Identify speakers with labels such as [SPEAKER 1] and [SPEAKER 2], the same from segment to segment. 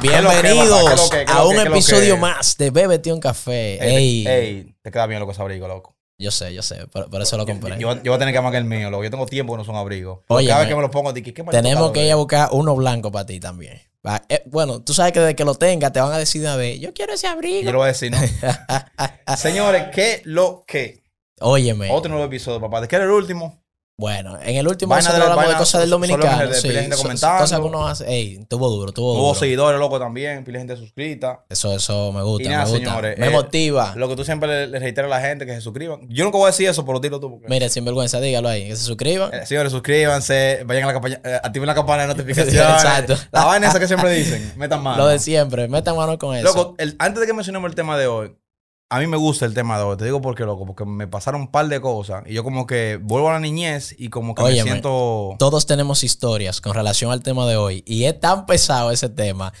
[SPEAKER 1] Bienvenidos
[SPEAKER 2] ¿Qué lo que, qué lo que, qué lo
[SPEAKER 1] a
[SPEAKER 2] que,
[SPEAKER 1] un
[SPEAKER 2] qué lo que?
[SPEAKER 1] episodio más de Bebe Tío un Café.
[SPEAKER 2] Ey,
[SPEAKER 1] Ey,
[SPEAKER 2] te- Eh, ey, te queda bien lo que es abrigo, loco.
[SPEAKER 1] yo sé, yo sé, por, por eso lo
[SPEAKER 2] Yo,
[SPEAKER 1] compré.
[SPEAKER 2] yo- yo voy a tener que marcar el mío, loco. Yo tengo tiempo que no son abrigos.
[SPEAKER 1] Oye,
[SPEAKER 2] cada
[SPEAKER 1] me-
[SPEAKER 2] vez que me lo pongo, dije, ¿qué maldito
[SPEAKER 1] Tenemos
[SPEAKER 2] calor
[SPEAKER 1] que
[SPEAKER 2] es?
[SPEAKER 1] ir a buscar uno blanco para ti también. Va, eh, bueno, tú sabes que desde que lo tengas te van a decir una vez, yo quiero ese
[SPEAKER 2] Yo
[SPEAKER 1] abrigo.
[SPEAKER 2] lo voy a decir, ¿no? Señores, ¿qué lo que?
[SPEAKER 1] Óyeme.
[SPEAKER 2] Otro nuevo episodio, papá. ¿De qué era el último?
[SPEAKER 1] Bueno, en el último
[SPEAKER 2] Vaina
[SPEAKER 1] nosotros
[SPEAKER 2] de la-
[SPEAKER 1] hablamos de
[SPEAKER 2] vaina-
[SPEAKER 1] cosas del
[SPEAKER 2] solo que
[SPEAKER 1] dominicano.
[SPEAKER 2] de-
[SPEAKER 1] sí,
[SPEAKER 2] de gente
[SPEAKER 1] so- so-
[SPEAKER 2] comentando.
[SPEAKER 1] cosas que uno hace. Ey, estuvo duro, estuvo
[SPEAKER 2] Hubo
[SPEAKER 1] duro.
[SPEAKER 2] seguidores, loco, también. Pila de gente suscrita.
[SPEAKER 1] Eso, eso me gusta,
[SPEAKER 2] Y nada,
[SPEAKER 1] me gusta.
[SPEAKER 2] señores,
[SPEAKER 1] me
[SPEAKER 2] eh,
[SPEAKER 1] motiva.
[SPEAKER 2] Lo que tú siempre le, le reiteras a la gente, que se suscriban. Yo nunca voy a decir eso, pero dilo tú. porque-
[SPEAKER 1] Mire, sin vergüenza, dígalo ahí, que se suscriban.
[SPEAKER 2] Eh, señores, suscríbanse, vayan a la campaña, eh, activen la campana de notificaciones.
[SPEAKER 1] Exacto.
[SPEAKER 2] La vaina esa que siempre dicen. Metan mano.
[SPEAKER 1] Lo de siempre, metan mano con eso.
[SPEAKER 2] Loco, el- antes de que mencionemos el tema de hoy, a mí me gusta el tema de hoy. Te digo por qué, loco, porque me pasaron un par de cosas y yo como que vuelvo a la niñez y como que
[SPEAKER 1] Óyeme,
[SPEAKER 2] me siento...
[SPEAKER 1] todos tenemos historias con relación al tema de hoy. Y es tan pesado ese tema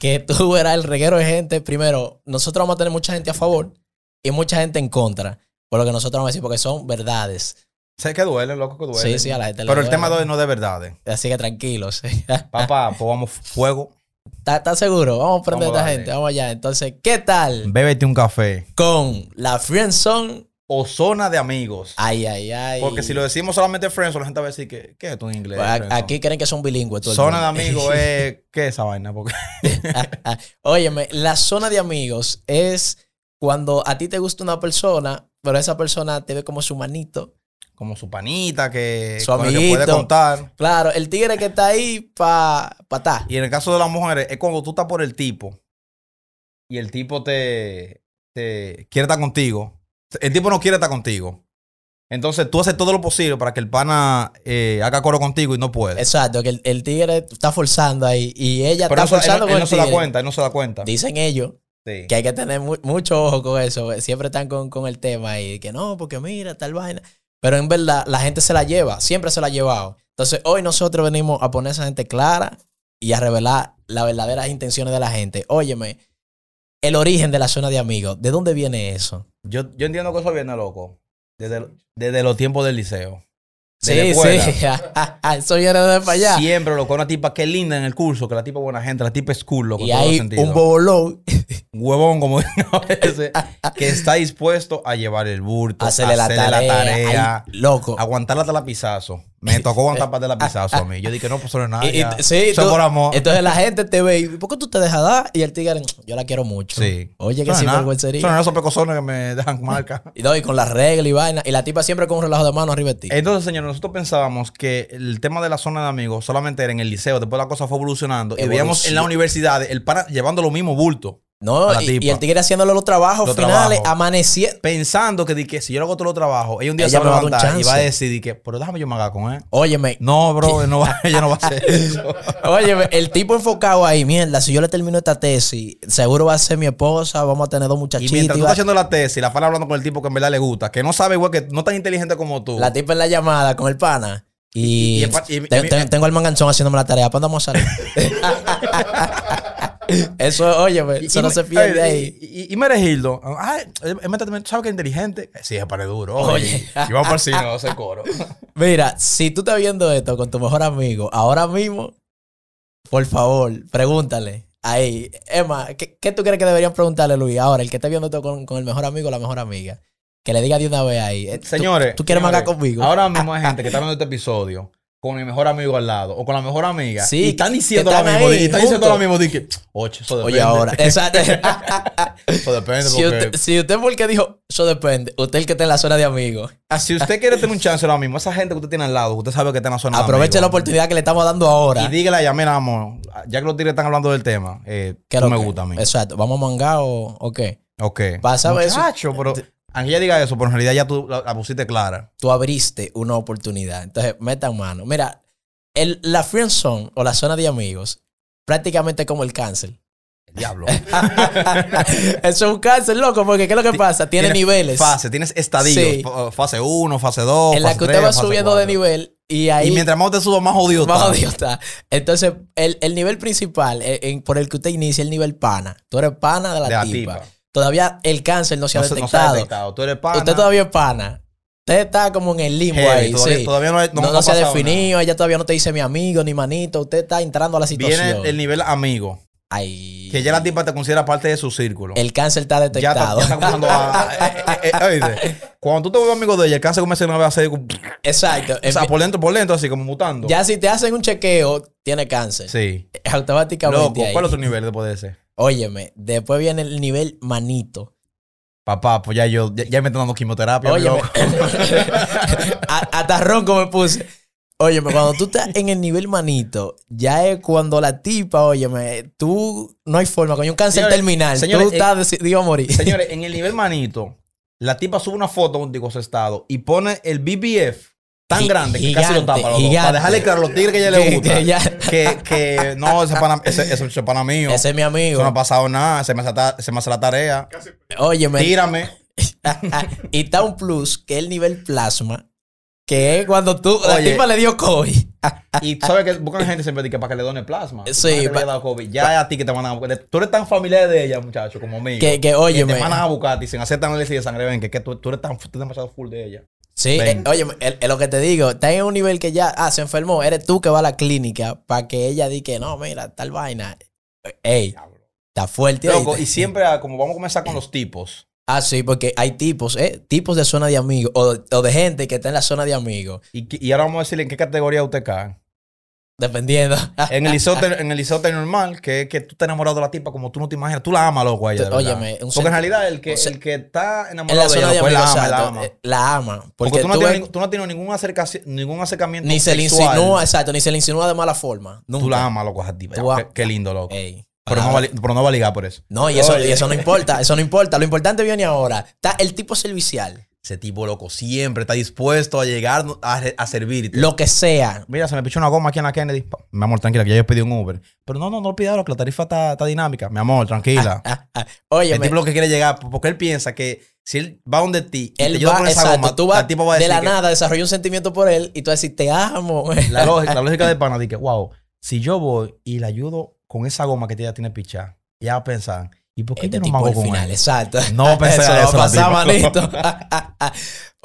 [SPEAKER 1] que tú verás el reguero de gente. Primero, nosotros vamos a tener mucha gente a favor y mucha gente en contra. Por lo que nosotros vamos a decir, porque son verdades.
[SPEAKER 2] Sé que duele, loco, que duele.
[SPEAKER 1] Sí, sí, a la gente le
[SPEAKER 2] Pero el
[SPEAKER 1] duele.
[SPEAKER 2] tema de hoy no es de verdades.
[SPEAKER 1] Así que tranquilos.
[SPEAKER 2] Papá, pues vamos fuego,
[SPEAKER 1] ¿Estás estás seguro? Vamos a prender a esta
[SPEAKER 2] Vamos a darle.
[SPEAKER 1] gente. Vamos allá. Entonces, ¿qué tal
[SPEAKER 2] bébete un café
[SPEAKER 1] con la Friendzone?
[SPEAKER 2] o zona de amigos.
[SPEAKER 1] Ay, ay, ay.
[SPEAKER 2] Porque si lo decimos solamente friends, la gente va a decir que, ¿qué es esto en inglés?
[SPEAKER 1] Pues, a-
[SPEAKER 2] friendzone?
[SPEAKER 1] Aquí creen que son bilingües. todo el
[SPEAKER 2] Zona de
[SPEAKER 1] mundo.
[SPEAKER 2] amigos es... ¿Qué es esa vaina? Porque...
[SPEAKER 1] Óyeme, la zona de amigos es cuando a ti te gusta una persona, pero esa persona te ve como su manito.
[SPEAKER 2] como su panita que,
[SPEAKER 1] Su
[SPEAKER 2] con el que
[SPEAKER 1] amiguito.
[SPEAKER 2] puede contar.
[SPEAKER 1] Claro, el tigre que está ahí pa patá.
[SPEAKER 2] Y en el caso de las mujeres, es cuando tú estás por el tipo y el tipo te, te quiere estar contigo. El tipo no quiere estar contigo. Entonces tú haces todo lo posible para que el pana eh, haga coro contigo y no puede.
[SPEAKER 1] Exacto, que el, el tigre está forzando ahí y ella
[SPEAKER 2] Pero
[SPEAKER 1] está
[SPEAKER 2] eso- él,
[SPEAKER 1] forzando
[SPEAKER 2] él
[SPEAKER 1] con
[SPEAKER 2] no
[SPEAKER 1] el
[SPEAKER 2] se da
[SPEAKER 1] tigre.
[SPEAKER 2] cuenta, él no se da cuenta.
[SPEAKER 1] Dicen ellos
[SPEAKER 2] Sí.
[SPEAKER 1] que hay que tener mu- mucho ojo con eso. Siempre están con, con el tema ahí, que no, porque mira, tal vaina. Pero en verdad, la gente se la lleva, siempre se la ha llevado. Entonces, hoy nosotros venimos a poner a esa gente clara y a revelar las verdaderas intenciones de la gente. Óyeme, el origen de la zona de amigos, ¿de dónde viene eso?
[SPEAKER 2] Yo, yo entiendo que eso viene loco. Desde, desde los tiempos del liceo. Desde
[SPEAKER 1] Sí,
[SPEAKER 2] fuera.
[SPEAKER 1] sí, ah, eso viene de para allá.
[SPEAKER 2] Siempre loco. Una tipa que es linda en el curso, que la tipa es buena gente, la tipa es cool, loco. en
[SPEAKER 1] y
[SPEAKER 2] todos los
[SPEAKER 1] hay
[SPEAKER 2] sentidos.
[SPEAKER 1] un bobolón
[SPEAKER 2] huevón, como dicen a veces, que está dispuesto a llevar el burto, a
[SPEAKER 1] hacerle
[SPEAKER 2] hacerle
[SPEAKER 1] la tarea.
[SPEAKER 2] tarea,
[SPEAKER 1] ay, loco.
[SPEAKER 2] aguantar hasta la pizazo. Me tocó aguantar para la pizazo a mí. Yo dije, no, pues eso no es nada.
[SPEAKER 1] Y- y-
[SPEAKER 2] ya.
[SPEAKER 1] sí,
[SPEAKER 2] Eso es
[SPEAKER 1] tú-
[SPEAKER 2] por amor.
[SPEAKER 1] Entonces la gente te ve y ¿por qué tú te dejas dar? Y el tigre, yo la quiero mucho.
[SPEAKER 2] Sí.
[SPEAKER 1] Oye, que
[SPEAKER 2] Eso no es nada.
[SPEAKER 1] sinvergüencería.
[SPEAKER 2] Eso no es esos pecosones que me dejan marca.
[SPEAKER 1] Y, no, y con la regla y vaina. Y la tipa siempre con un relajo de mano arriba de ti.
[SPEAKER 2] Entonces, señores, nosotros pensábamos que el tema de la zona de amigos solamente era en el liceo. Después la cosa fue evolucionando. Y veíamos en la universidad el pana llevando los mismos bultos. a
[SPEAKER 1] no,
[SPEAKER 2] la
[SPEAKER 1] y,
[SPEAKER 2] tipa.
[SPEAKER 1] y el tigre haciéndole los trabajos
[SPEAKER 2] Los
[SPEAKER 1] finales,
[SPEAKER 2] trabajos.
[SPEAKER 1] amaneciendo.
[SPEAKER 2] Pensando que, di que si yo le hago todos los trabajos, ella un día
[SPEAKER 1] Ella
[SPEAKER 2] se va
[SPEAKER 1] me va
[SPEAKER 2] a
[SPEAKER 1] a dar un
[SPEAKER 2] levantar y va a
[SPEAKER 1] chance.
[SPEAKER 2] decir, di que, pero déjame yo me haga con él.
[SPEAKER 1] Óyeme,
[SPEAKER 2] No, bro, no va, ella no va a hacer eso.
[SPEAKER 1] óyeme, el tipo enfocado ahí, mierda, si yo le termino esta tesis, seguro va a ser mi esposa, vamos a tener dos
[SPEAKER 2] Y
[SPEAKER 1] muchachitos.
[SPEAKER 2] mientras
[SPEAKER 1] y
[SPEAKER 2] tú
[SPEAKER 1] va-
[SPEAKER 2] estás haciendo la tesis, la fala hablando con el tipo que en verdad le gusta, que no sabe igual que no tan inteligente como tú.
[SPEAKER 1] La tipa en la llamada con el pana. Y,
[SPEAKER 2] Y- y el pa- y-
[SPEAKER 1] te-
[SPEAKER 2] y-
[SPEAKER 1] te- tengo al manganzón haciéndome la tarea. ¿Para dónde vamos a salir? eso, óyeme, eso no se pierde
[SPEAKER 2] Ay,
[SPEAKER 1] ahí.
[SPEAKER 2] Y, y, y Meregildo, ay, eh, él- él también, ¿tú ¿sabes que es inteligente? Eh, Sí, es para duro. Oye,
[SPEAKER 1] Oye.
[SPEAKER 2] y vamos por si no ese coro.
[SPEAKER 1] Mira, si tú estás viendo esto con tu mejor amigo ahora mismo, por favor, pregúntale. Ahí, Emma, ¿qué, qué tú crees que deberían preguntarle, Luis? Ahora, el que esté viendo esto con, con el mejor amigo o la mejor amiga. Que le diga de una vez ahí. eh, tú-
[SPEAKER 2] Señores,
[SPEAKER 1] ¿Tú, quieres
[SPEAKER 2] señores,
[SPEAKER 1] mangar conmigo?
[SPEAKER 2] Ahora mismo hay gente que está viendo este episodio con mi mejor amigo al lado o con la mejor amiga.
[SPEAKER 1] Sí,
[SPEAKER 2] y están diciendo
[SPEAKER 1] que
[SPEAKER 2] lo
[SPEAKER 1] están
[SPEAKER 2] mismo.
[SPEAKER 1] ahí,
[SPEAKER 2] y están diciendo lo
[SPEAKER 1] juntos.
[SPEAKER 2] mismo. Dije, oye, eso depende.
[SPEAKER 1] Oye, ahora. Exacto.
[SPEAKER 2] Eso depende.
[SPEAKER 1] si,
[SPEAKER 2] porque-
[SPEAKER 1] usted, si usted fue el que dijo, eso depende. Usted el que está en la zona de amigos.
[SPEAKER 2] Ah, Si usted quiere tener un chance ahora mismo, esa gente que usted tiene al lado, usted sabe que está en la zona de
[SPEAKER 1] Aproveche la
[SPEAKER 2] amigos.
[SPEAKER 1] oportunidad que le estamos dando ahora.
[SPEAKER 2] Y dígale, ya, mira, amor, ya que los tigres están hablando del tema, eh,
[SPEAKER 1] ¿Qué
[SPEAKER 2] tú
[SPEAKER 1] lo
[SPEAKER 2] me
[SPEAKER 1] que?
[SPEAKER 2] gusta a mí.
[SPEAKER 1] Exacto. ¿Vamos a mangar o, o qué?
[SPEAKER 2] Ok.
[SPEAKER 1] Pásame eso. Eh,
[SPEAKER 2] Muchacho, pero aunque ella diga eso, pero en realidad ya tú la, la pusiste clara.
[SPEAKER 1] Tú abriste una oportunidad. Entonces, metan mano. Mira, el, la friend zone o la zona de amigos, prácticamente como el cáncer.
[SPEAKER 2] El diablo.
[SPEAKER 1] Eso es un cáncer, loco, porque ¿qué es lo que pasa? Tiene
[SPEAKER 2] Tienes
[SPEAKER 1] niveles.
[SPEAKER 2] Fase, tienes estadios.
[SPEAKER 1] Sí.
[SPEAKER 2] Fa- Fase 1, fase 2.
[SPEAKER 1] en la que usted va subiendo de nivel y ahí...
[SPEAKER 2] Y mientras más te suba, más jodido
[SPEAKER 1] Más
[SPEAKER 2] está.
[SPEAKER 1] jodido está. Entonces, el, el nivel principal eh, en- por el que usted inicia el nivel pana. Tú eres pana de la,
[SPEAKER 2] De la
[SPEAKER 1] tipa.
[SPEAKER 2] tipa.
[SPEAKER 1] Todavía el cáncer no se
[SPEAKER 2] No,
[SPEAKER 1] ha
[SPEAKER 2] se- no se ha
[SPEAKER 1] detectado.
[SPEAKER 2] detectado. Tú eres pana.
[SPEAKER 1] Usted todavía es pana. Usted está como en el limbo
[SPEAKER 2] heavy,
[SPEAKER 1] ahí.
[SPEAKER 2] todavía,
[SPEAKER 1] sí.
[SPEAKER 2] todavía no, hay- no,
[SPEAKER 1] no, no se ha
[SPEAKER 2] pasado nada.
[SPEAKER 1] definido, ella todavía no te dice mi amigo ni manito. Usted está entrando a la situación.
[SPEAKER 2] Viene el nivel amigo.
[SPEAKER 1] Ay.
[SPEAKER 2] Que ya la tipa te considera parte de su círculo.
[SPEAKER 1] El cáncer está
[SPEAKER 2] ya está,
[SPEAKER 1] detectado.
[SPEAKER 2] ya está comenzando a. eh, eh, eh, oíste, Cuando tú te vuelves amigo de ella, el cáncer comienza una vez a hacer. como-
[SPEAKER 1] Exacto.
[SPEAKER 2] O sea, por dentro, por dentro, así como mutando.
[SPEAKER 1] Ya si te hacen un chequeo, tiene cáncer.
[SPEAKER 2] Sí.
[SPEAKER 1] Automáticamente.
[SPEAKER 2] Loco,
[SPEAKER 1] ahí.
[SPEAKER 2] ¿cuál otro nivel puede ser?
[SPEAKER 1] Óyeme, después viene el nivel manito.
[SPEAKER 2] Papá, pues ya yo, ya, ya me están dando quimioterapia.
[SPEAKER 1] Óyeme.
[SPEAKER 2] loco.
[SPEAKER 1] A- Hasta ronco me puse. Óyeme, cuando tú estás en el nivel manito, ya es cuando la tipa, óyeme, tú no hay forma, coño, un cáncer
[SPEAKER 2] Señores,
[SPEAKER 1] terminal.
[SPEAKER 2] señores, eh,
[SPEAKER 1] tú estás decidido a morir.
[SPEAKER 2] Señores, en el nivel manito, la tipa sube una foto contigo su estado y pone el BBF tan
[SPEAKER 1] Gi-
[SPEAKER 2] grande que casi lo
[SPEAKER 1] gigante,
[SPEAKER 2] tapa. los dos,
[SPEAKER 1] gigante.
[SPEAKER 2] Para dejarle claro a los tigres que ella le
[SPEAKER 1] Que-
[SPEAKER 2] gusta.
[SPEAKER 1] que
[SPEAKER 2] Que,
[SPEAKER 1] ya-
[SPEAKER 2] que, no, ese pana, ese, ese es pana mío.
[SPEAKER 1] Ese es mi
[SPEAKER 2] Eso
[SPEAKER 1] amigo.
[SPEAKER 2] no ha pasado nada. Se me hace, ta- se me hace la tarea.
[SPEAKER 1] Óyeme.
[SPEAKER 2] Tírame.
[SPEAKER 1] ah, y está un plus, que es el nivel plasma, que es cuando tú, la
[SPEAKER 2] Oye.
[SPEAKER 1] tipa le dio COVID.
[SPEAKER 2] Y sabes que buscan gente siempre de que para que le done plasma.
[SPEAKER 1] Sí,
[SPEAKER 2] Para que le
[SPEAKER 1] pa-
[SPEAKER 2] haya dado COVID. Ya es a ti que te van a buscar. Tú eres tan familiar de ella, muchacho, como mío.
[SPEAKER 1] que, que,
[SPEAKER 2] que
[SPEAKER 1] óyeme.
[SPEAKER 2] te van a buscar y sin hacer tan análisis de sangre. Ven, que, que tú, tú eres tan tú eres demasiado full de ella.
[SPEAKER 1] Sí,
[SPEAKER 2] Ven.
[SPEAKER 1] eh, oye, el- el- lo que te digo, está en un nivel que ya, ah, se enfermó, eres tú que va a la clínica para que ella diga que no, mira, tal vaina. Ey,
[SPEAKER 2] Diablo.
[SPEAKER 1] está fuerte.
[SPEAKER 2] Loco,
[SPEAKER 1] ¿oíste?
[SPEAKER 2] y siempre, ah, como vamos a comenzar con los tipos.
[SPEAKER 1] Ah, sí, porque hay tipos, ¿eh? Tipos de zona de amigos o, o de gente que está en la zona de amigos,
[SPEAKER 2] Y, que- y ahora vamos a decirle en qué categoría usted cae.
[SPEAKER 1] dependiendo.
[SPEAKER 2] En el isote, en el isote normal, que es que tú estás enamorado de la tipa como tú no te imaginas. Tú la amas, loco, a ella. de
[SPEAKER 1] Tú-
[SPEAKER 2] verdad.
[SPEAKER 1] óyeme, un
[SPEAKER 2] Porque en
[SPEAKER 1] sen-
[SPEAKER 2] realidad el que,
[SPEAKER 1] un sen-
[SPEAKER 2] el que está
[SPEAKER 1] en la
[SPEAKER 2] enamorado de
[SPEAKER 1] zona de
[SPEAKER 2] ella, loco, él
[SPEAKER 1] amigos,
[SPEAKER 2] la ama, él la
[SPEAKER 1] exacto,
[SPEAKER 2] ama.
[SPEAKER 1] eh, la ama. Porque,
[SPEAKER 2] Porque tú no,
[SPEAKER 1] tú
[SPEAKER 2] tienes,
[SPEAKER 1] ves-
[SPEAKER 2] ningún- tú no tienes ningún, acercaci- ningún acercamiento
[SPEAKER 1] ni se le
[SPEAKER 2] sexual.
[SPEAKER 1] insinúa, exacto, ni se le insinúa de mala forma. Nunca.
[SPEAKER 2] Tú la amas, loco, a ti.
[SPEAKER 1] Tú am-
[SPEAKER 2] Qué, qué lindo, loco.
[SPEAKER 1] Ey,
[SPEAKER 2] pero, no
[SPEAKER 1] palabra.
[SPEAKER 2] va, a li- pero no va a ligar por eso.
[SPEAKER 1] No, y eso,
[SPEAKER 2] Oye.
[SPEAKER 1] y eso no importa, eso no importa. Lo importante viene ahora. Está el tipo servicial,
[SPEAKER 2] Ese tipo, loco, siempre está dispuesto a llegar a, re- a servirte.
[SPEAKER 1] lo que sea.
[SPEAKER 2] Mira, se me pichó una goma aquí en la Kennedy. Pa, Mi amor, tranquila, que ya yo pedí un Uber. Pero no, no, no lo pidas, que la tarifa está, está dinámica. Mi amor,
[SPEAKER 1] Ah,
[SPEAKER 2] tranquila.
[SPEAKER 1] Oye,
[SPEAKER 2] el tipo lo que quiere llegar, porque él piensa que si él va donde ti, y te
[SPEAKER 1] él
[SPEAKER 2] ayuda
[SPEAKER 1] va,
[SPEAKER 2] con esa
[SPEAKER 1] exacto,
[SPEAKER 2] goma,
[SPEAKER 1] tú vas
[SPEAKER 2] el tipo va a
[SPEAKER 1] de
[SPEAKER 2] decir
[SPEAKER 1] la
[SPEAKER 2] que-
[SPEAKER 1] nada, desarrolla un sentimiento por él y tú vas a decir, te amo.
[SPEAKER 2] La, lógica, la lógica de pana, de que, wow, si yo voy y la ayudo con esa goma que ella tiene pichada, ya va a pensar, ¿y por qué
[SPEAKER 1] Este
[SPEAKER 2] yo no
[SPEAKER 1] tipo
[SPEAKER 2] me hago
[SPEAKER 1] al
[SPEAKER 2] con
[SPEAKER 1] final,
[SPEAKER 2] él?
[SPEAKER 1] exacto.
[SPEAKER 2] No pensé
[SPEAKER 1] eso
[SPEAKER 2] a
[SPEAKER 1] no va a
[SPEAKER 2] eso, la
[SPEAKER 1] pasar, manito.
[SPEAKER 2] tipa.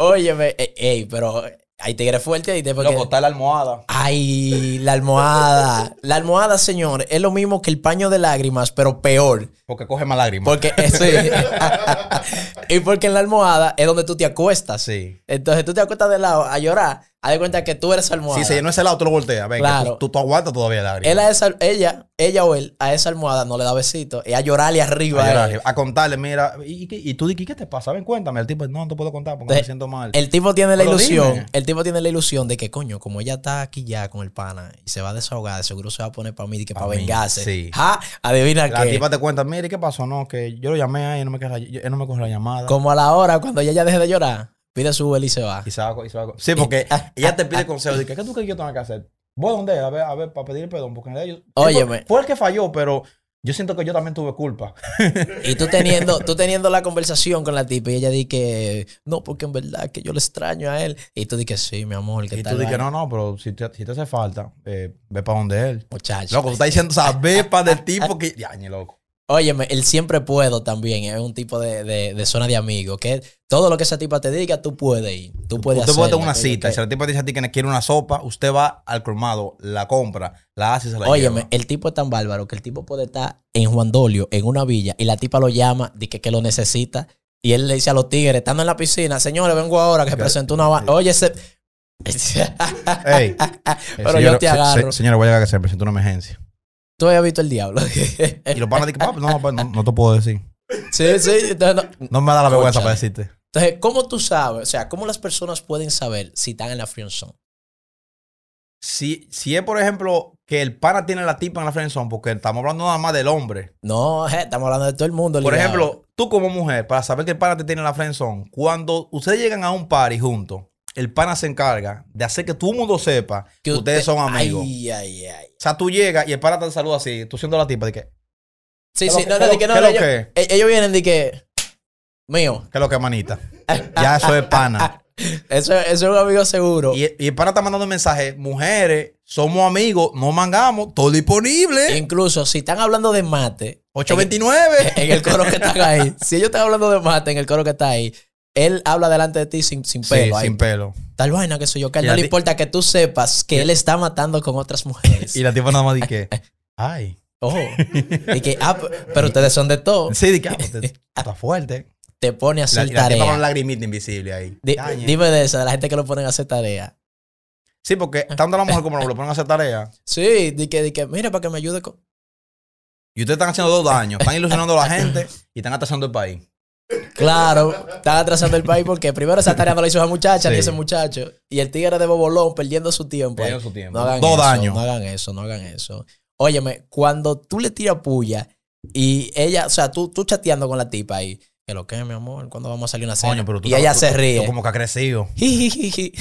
[SPEAKER 1] Óyeme, ey, ey, pero hay tigres fuertes y te
[SPEAKER 2] Loco, está la almohada.
[SPEAKER 1] Ay, la almohada. La almohada, señor, es lo mismo que el paño de lágrimas, pero peor.
[SPEAKER 2] Porque coge más lágrimas.
[SPEAKER 1] Porque eh, sí. y porque en la almohada es donde tú te acuestas.
[SPEAKER 2] sí.
[SPEAKER 1] Entonces tú te acuestas de lado a llorar, a de cuenta que tú eres esa almohada.
[SPEAKER 2] Si se llenó ese lado, tú lo volteas. Venga,
[SPEAKER 1] Claro.
[SPEAKER 2] tú, tú, tú aguantas todavía lágrimas.
[SPEAKER 1] Él a esa- ella, ella o él, a esa almohada no le da besito. Es a llorarle
[SPEAKER 2] a,
[SPEAKER 1] arriba. eh.
[SPEAKER 2] llorar, a contarle, mira, ¿y, y qué- y tú di- ¿y qué te pasa? Ven, cuéntame. El tipo, no, no te puedo contar porque
[SPEAKER 1] Te-
[SPEAKER 2] me siento mal.
[SPEAKER 1] El tipo tiene la
[SPEAKER 2] Pero
[SPEAKER 1] ilusión.
[SPEAKER 2] dime.
[SPEAKER 1] El tipo tiene la ilusión de que, coño, como ella está aquí ya con el pana y se va a desahogar, de seguro se va a poner para mí y que
[SPEAKER 2] Pa'
[SPEAKER 1] para
[SPEAKER 2] mí,
[SPEAKER 1] vengarse.
[SPEAKER 2] sí.
[SPEAKER 1] Ja, adivina
[SPEAKER 2] la
[SPEAKER 1] qué.
[SPEAKER 2] tipa te cuenta, mira, ¿y qué pasó? No, que yo lo llamé a él, no me querrá- él no me coge la llamada.
[SPEAKER 1] Como a la hora, cuando ella ya deje de llorar, pide su Uber y se va.
[SPEAKER 2] Y se va- y se va- Sí, porque ella te pide consejos. Dice, ¿qué tú crees que yo tengo que hacer? Voy a donde, él, a ver, a ver, para pedir perdón. Porque en realidad yo- él fue-
[SPEAKER 1] Óyeme.
[SPEAKER 2] Fue el que falló, pero yo siento que yo también tuve culpa.
[SPEAKER 1] Y tú teniendo, tú teniendo la conversación con la tipa y ella dice que, no, porque en verdad que yo le extraño a él. Y tú dices, sí, mi amor, que
[SPEAKER 2] Y
[SPEAKER 1] tal.
[SPEAKER 2] tú dices,
[SPEAKER 1] vaina?
[SPEAKER 2] no, no, pero si te, si te hace falta, eh, ve para donde él.
[SPEAKER 1] Muchacho.
[SPEAKER 2] Loco, tú estás diciendo, o sea, ve para del tipo que. Ya, ni loco.
[SPEAKER 1] Óyeme, el siempre puedo también es un tipo de, de- de zona de amigos. Que todo lo que esa tipa te diga, tú puedes ir. Tú puedes
[SPEAKER 2] Usted
[SPEAKER 1] hacerlo,
[SPEAKER 2] puede tener una
[SPEAKER 1] que-
[SPEAKER 2] cita.
[SPEAKER 1] que-
[SPEAKER 2] Si la tipa dice a ti que quiere una sopa, usted va al colmado, la compra, la hace y se la
[SPEAKER 1] Óyeme,
[SPEAKER 2] Pues lleva.
[SPEAKER 1] el tipo es tan bárbaro que el tipo puede estar en Juan Dolio, en una villa, y la tipa lo llama, dice que, que lo necesita. Y él le dice a los tigres, estando en la piscina, señores, vengo ahora que se
[SPEAKER 2] Que-
[SPEAKER 1] presentó una. va- Oye, ese.
[SPEAKER 2] Ey, Eh,
[SPEAKER 1] Pero yo te agarro.
[SPEAKER 2] señora, voy a llegar que se me presenta una emergencia.
[SPEAKER 1] Tú habías visto el diablo. sí,
[SPEAKER 2] Y los panas dicen, "Papi, no, no, no, no te puedo decir.
[SPEAKER 1] sí. Entonces, no.
[SPEAKER 2] No me da la vergüenza
[SPEAKER 1] Cónchale.
[SPEAKER 2] para decirte.
[SPEAKER 1] Entonces, ¿cómo tú sabes? O sea, ¿cómo las personas pueden saber si están en la friendzone?
[SPEAKER 2] Si, si es, por ejemplo, que el pana tiene la tipa en la friendzone, porque estamos hablando nada más del hombre.
[SPEAKER 1] No, je, estamos hablando de todo el mundo.
[SPEAKER 2] Por
[SPEAKER 1] ligado.
[SPEAKER 2] ejemplo, tú como mujer, para saber que el pana te tiene en la friendzone, cuando ustedes llegan a un party juntos, el pana se encarga de hacer que todo el mundo sepa que, ustedes
[SPEAKER 1] usted-
[SPEAKER 2] son amigos.
[SPEAKER 1] Ay, ay, ay.
[SPEAKER 2] O sea, tú llegas y el pana te saluda así, tú siendo la tipa, de que,
[SPEAKER 1] Sí,
[SPEAKER 2] ¿Qué
[SPEAKER 1] sí, no,
[SPEAKER 2] lo-
[SPEAKER 1] no,
[SPEAKER 2] qué
[SPEAKER 1] de que no,
[SPEAKER 2] lo-
[SPEAKER 1] no,
[SPEAKER 2] qué lo
[SPEAKER 1] ellos,
[SPEAKER 2] que?
[SPEAKER 1] eh, ellos vienen de que. Mío.
[SPEAKER 2] ¿qué es lo que es, manita? Ya eso es pana.
[SPEAKER 1] Eso, eso es un amigo seguro.
[SPEAKER 2] Y, y el pana está mandando un mensaje, mujeres, somos amigos, no mangamos, todo disponible.
[SPEAKER 1] Incluso si están hablando de mate,
[SPEAKER 2] 829.
[SPEAKER 1] en el coro que está ahí, si ellos están hablando de mate en el coro que está ahí, él habla delante de ti sin, sin
[SPEAKER 2] Sí,
[SPEAKER 1] pelo. ahí.
[SPEAKER 2] sin pelo.
[SPEAKER 1] Tal vaina que soy yo, que a él
[SPEAKER 2] Y
[SPEAKER 1] no
[SPEAKER 2] a
[SPEAKER 1] le
[SPEAKER 2] ti-
[SPEAKER 1] importa que tú sepas que él está matando con otras mujeres.
[SPEAKER 2] Y la tipa nada más dice, ay,
[SPEAKER 1] Ojo. Y que, ah, p- pero ustedes son de todo.
[SPEAKER 2] Sí, de que, ah, pues, te- está fuerte.
[SPEAKER 1] Te pone a
[SPEAKER 2] La,
[SPEAKER 1] hacer
[SPEAKER 2] la tipa con
[SPEAKER 1] tarea.
[SPEAKER 2] lagrimita invisible ahí.
[SPEAKER 1] Di-
[SPEAKER 2] Caña.
[SPEAKER 1] dime de esa, de la gente que lo ponen a hacer tarea.
[SPEAKER 2] Sí, porque tanto la mujer como lo ponen a hacer tarea.
[SPEAKER 1] Sí, di que, di que, mira, para que me ayude con.
[SPEAKER 2] Y ustedes están haciendo dos daños. Están ilusionando a la gente y están atasando el país.
[SPEAKER 1] Claro, están atrasando el país porque primero esa tarea no la hizo esa muchacha ni
[SPEAKER 2] Sí.
[SPEAKER 1] ese muchacho. Y el tigre de Bobolón perdiendo su tiempo.
[SPEAKER 2] Perdiendo su tiempo.
[SPEAKER 1] No hagan
[SPEAKER 2] Dos
[SPEAKER 1] eso,
[SPEAKER 2] daños.
[SPEAKER 1] No hagan eso, no hagan eso. Óyeme, cuando tú le tiras puya y ella, o sea, tú, tú chateando con la tipa ahí, que lo que es, mi amor, ¿cuándo vamos a salir a una cena?
[SPEAKER 2] Coño, pero tú
[SPEAKER 1] y
[SPEAKER 2] estás-
[SPEAKER 1] ella
[SPEAKER 2] tú-
[SPEAKER 1] se
[SPEAKER 2] tú-
[SPEAKER 1] ríe.
[SPEAKER 2] tú como que ha crecido.
[SPEAKER 1] Jijijiji.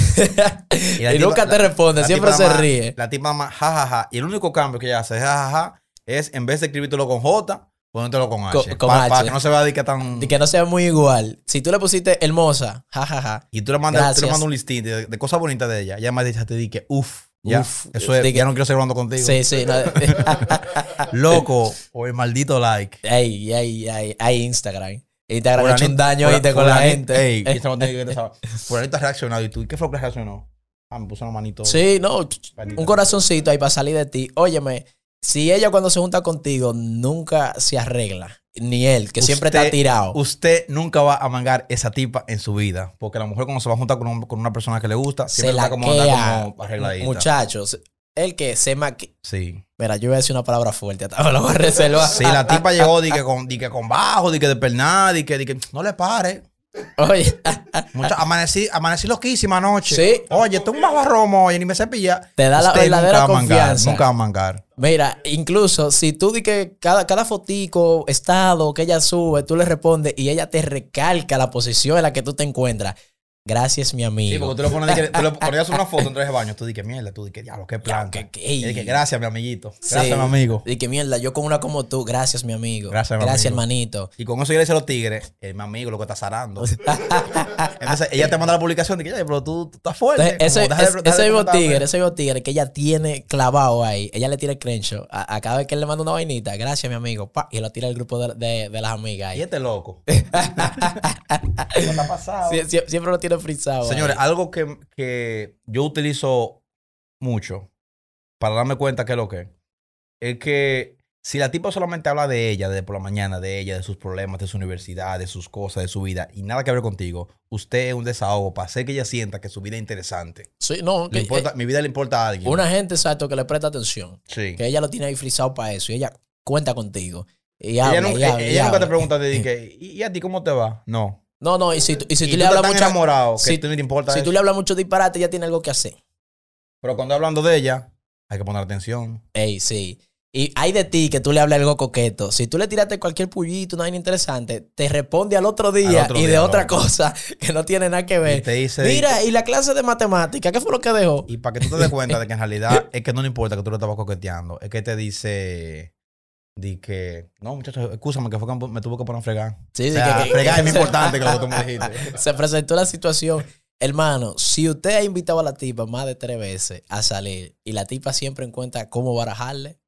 [SPEAKER 1] y
[SPEAKER 2] la tipa-
[SPEAKER 1] nunca te
[SPEAKER 2] la-
[SPEAKER 1] responde,
[SPEAKER 2] la
[SPEAKER 1] siempre
[SPEAKER 2] tipa
[SPEAKER 1] se
[SPEAKER 2] más-
[SPEAKER 1] ríe.
[SPEAKER 2] La tipa más jajaja. Y el único cambio que ella hace es jajaja es en vez de escribírtelo con J, ponértelo con H.
[SPEAKER 1] Co- con
[SPEAKER 2] para,
[SPEAKER 1] H.
[SPEAKER 2] que no se vea de que tan.
[SPEAKER 1] Y que no sea muy igual. Si tú le pusiste hermosa, jajaja.
[SPEAKER 2] Y tú le mandas, tú le
[SPEAKER 1] Gracias.
[SPEAKER 2] mandas un listín de, de cosas bonitas de ella. Ya me dice, te dije, uff. Ya,
[SPEAKER 1] Uf,
[SPEAKER 2] eso es,
[SPEAKER 1] de que-
[SPEAKER 2] ya no quiero seguir hablando contigo.
[SPEAKER 1] Sí, sí. no.
[SPEAKER 2] Loco, o el maldito like.
[SPEAKER 1] Ey, ey, ey, hay Instagram. Instagram ha hecho un
[SPEAKER 2] Fulanito-
[SPEAKER 1] daño
[SPEAKER 2] fula-
[SPEAKER 1] ahorita con la
[SPEAKER 2] fulanito-
[SPEAKER 1] gente. Eh,
[SPEAKER 2] Ey, y esta no tiene que ver esa- Fulanito ha reaccionado. ¿Y tú qué fue lo que reaccionó? Ah, me puso una manito.
[SPEAKER 1] Sí, no,
[SPEAKER 2] Palito.
[SPEAKER 1] un corazoncito ahí para salir de ti. Óyeme, si ella cuando se junta contigo nunca se arregla, ni él, que siempre
[SPEAKER 2] Usted-
[SPEAKER 1] está tirado.
[SPEAKER 2] Usted nunca va a mangar esa tipa en su vida. Porque la mujer cuando se va a juntar con, un- con una persona que le gusta,
[SPEAKER 1] se
[SPEAKER 2] siempre
[SPEAKER 1] la
[SPEAKER 2] está como, anda como
[SPEAKER 1] quea.
[SPEAKER 2] arregladita.
[SPEAKER 1] Muchachos, el que se maquilla.
[SPEAKER 2] Sí.
[SPEAKER 1] Mira, yo voy a decir una palabra fuerte, hasta me lo voy a reservar.
[SPEAKER 2] Sí, la
[SPEAKER 1] ah,
[SPEAKER 2] tipa llegó di que con, di que con bajo, di que de pernada, di que, di que no le pare.
[SPEAKER 1] Oye,
[SPEAKER 2] Mucha- amanecí, amanecí loquísima anoche.
[SPEAKER 1] Ah. Sí.
[SPEAKER 2] Oye, tú un bajo romo, oye, ni me cepilla.
[SPEAKER 1] Te da la
[SPEAKER 2] Usted
[SPEAKER 1] verdadera
[SPEAKER 2] nunca va a mangar,
[SPEAKER 1] confianza.
[SPEAKER 2] nunca va a mangar.
[SPEAKER 1] mira, incluso si tú di que cada, cada fotico, estado que ella sube, tú le respondes y ella te recalca la posición en la que tú te encuentras. Gracias, mi amigo.
[SPEAKER 2] Sí, porque tú le pones, di que- tú le ponías una foto en tres baños, tú di que mierda, tú di que diablo, qué planta.
[SPEAKER 1] que- que-
[SPEAKER 2] Y di que gracias, mi amiguito.
[SPEAKER 1] Sí.
[SPEAKER 2] Gracias, mi amigo.
[SPEAKER 1] Y que mierda, yo con una como tú, gracias mi amigo.
[SPEAKER 2] Gracias, mi amigo.
[SPEAKER 1] hermanito.
[SPEAKER 2] Y con eso yo le dice a los tigres, eh, mi amigo, lo que está zarando. Entonces ella te manda la publicación de que, oye, pero tú, tú estás fuerte.
[SPEAKER 1] Ah. Entonces, ese,
[SPEAKER 2] Como, deja de-
[SPEAKER 1] ese-
[SPEAKER 2] deja de
[SPEAKER 1] ese mismo
[SPEAKER 2] comentarme.
[SPEAKER 1] tigre, ese mismo tigre que ella tiene clavado ahí, ella le tira el crenshaw. A, a cada vez que él le manda una vainita, gracias mi amigo, pa, y lo tira al grupo de, de- de las amigas
[SPEAKER 2] Y
[SPEAKER 1] ahí.
[SPEAKER 2] este loco. ¿Qué está pasado?
[SPEAKER 1] Sie- sie- siempre lo tiene frisado. ahí.
[SPEAKER 2] Señores, algo que, que yo utilizo mucho para darme cuenta que es lo que es, es que si la tipa solamente habla de ella, de por la mañana, de ella, de sus problemas, de su universidad, de sus cosas, de su vida, y nada que ver contigo, usted es un desahogo para hacer que ella sienta que su vida es interesante.
[SPEAKER 1] Sí, no,
[SPEAKER 2] Le
[SPEAKER 1] que-
[SPEAKER 2] importa- mi vida le importa a
[SPEAKER 1] eh,
[SPEAKER 2] alguien.
[SPEAKER 1] una gente exacto que le presta atención,
[SPEAKER 2] sí.
[SPEAKER 1] que ella lo tiene ahí frisado para eso, y ella cuenta contigo. Y
[SPEAKER 2] Ella,
[SPEAKER 1] habla,
[SPEAKER 2] nunca, eh,
[SPEAKER 1] y habla,
[SPEAKER 2] ella
[SPEAKER 1] y
[SPEAKER 2] nunca te
[SPEAKER 1] habla.
[SPEAKER 2] pregunta, te dice, ¿y y a ti cómo te va? No.
[SPEAKER 1] No, no, y si, tú- y si
[SPEAKER 2] Y
[SPEAKER 1] tú
[SPEAKER 2] tú
[SPEAKER 1] le
[SPEAKER 2] estás
[SPEAKER 1] hablas
[SPEAKER 2] tan
[SPEAKER 1] mucho,
[SPEAKER 2] enamorado que
[SPEAKER 1] si-
[SPEAKER 2] tú ni te importa
[SPEAKER 1] si
[SPEAKER 2] eso.
[SPEAKER 1] tú le hablas mucho disparate, ella tiene algo que hacer.
[SPEAKER 2] Pero cuando hablando de ella, hay que poner atención.
[SPEAKER 1] Ey, sí. Y hay de ti que tú le hablas algo coqueto. Si tú le tiraste cualquier pullito, una vaina interesante, te responde al otro día
[SPEAKER 2] otro
[SPEAKER 1] y de
[SPEAKER 2] día,
[SPEAKER 1] otra
[SPEAKER 2] loco.
[SPEAKER 1] cosa que no tiene nada que
[SPEAKER 2] Y
[SPEAKER 1] ver.
[SPEAKER 2] te dice,
[SPEAKER 1] Pues, Mira, y la clase de matemática, ¿qué fue lo que dejó?
[SPEAKER 2] Y para que tú te des cuenta de que en realidad es que no le importa que tú lo estabas coqueteando. Es que te dice. Di que. No, muchachos, escúchame que fue que me tuvo que poner a fregar.
[SPEAKER 1] Sí,
[SPEAKER 2] O
[SPEAKER 1] sí,
[SPEAKER 2] sea,
[SPEAKER 1] que- que-
[SPEAKER 2] fregar es
[SPEAKER 1] que-
[SPEAKER 2] más importante que lo que tú me dijiste.
[SPEAKER 1] Se presentó la situación. Hermano, si usted ha invitado a la tipa más de tres veces a salir y la tipa siempre encuentra cómo barajarle,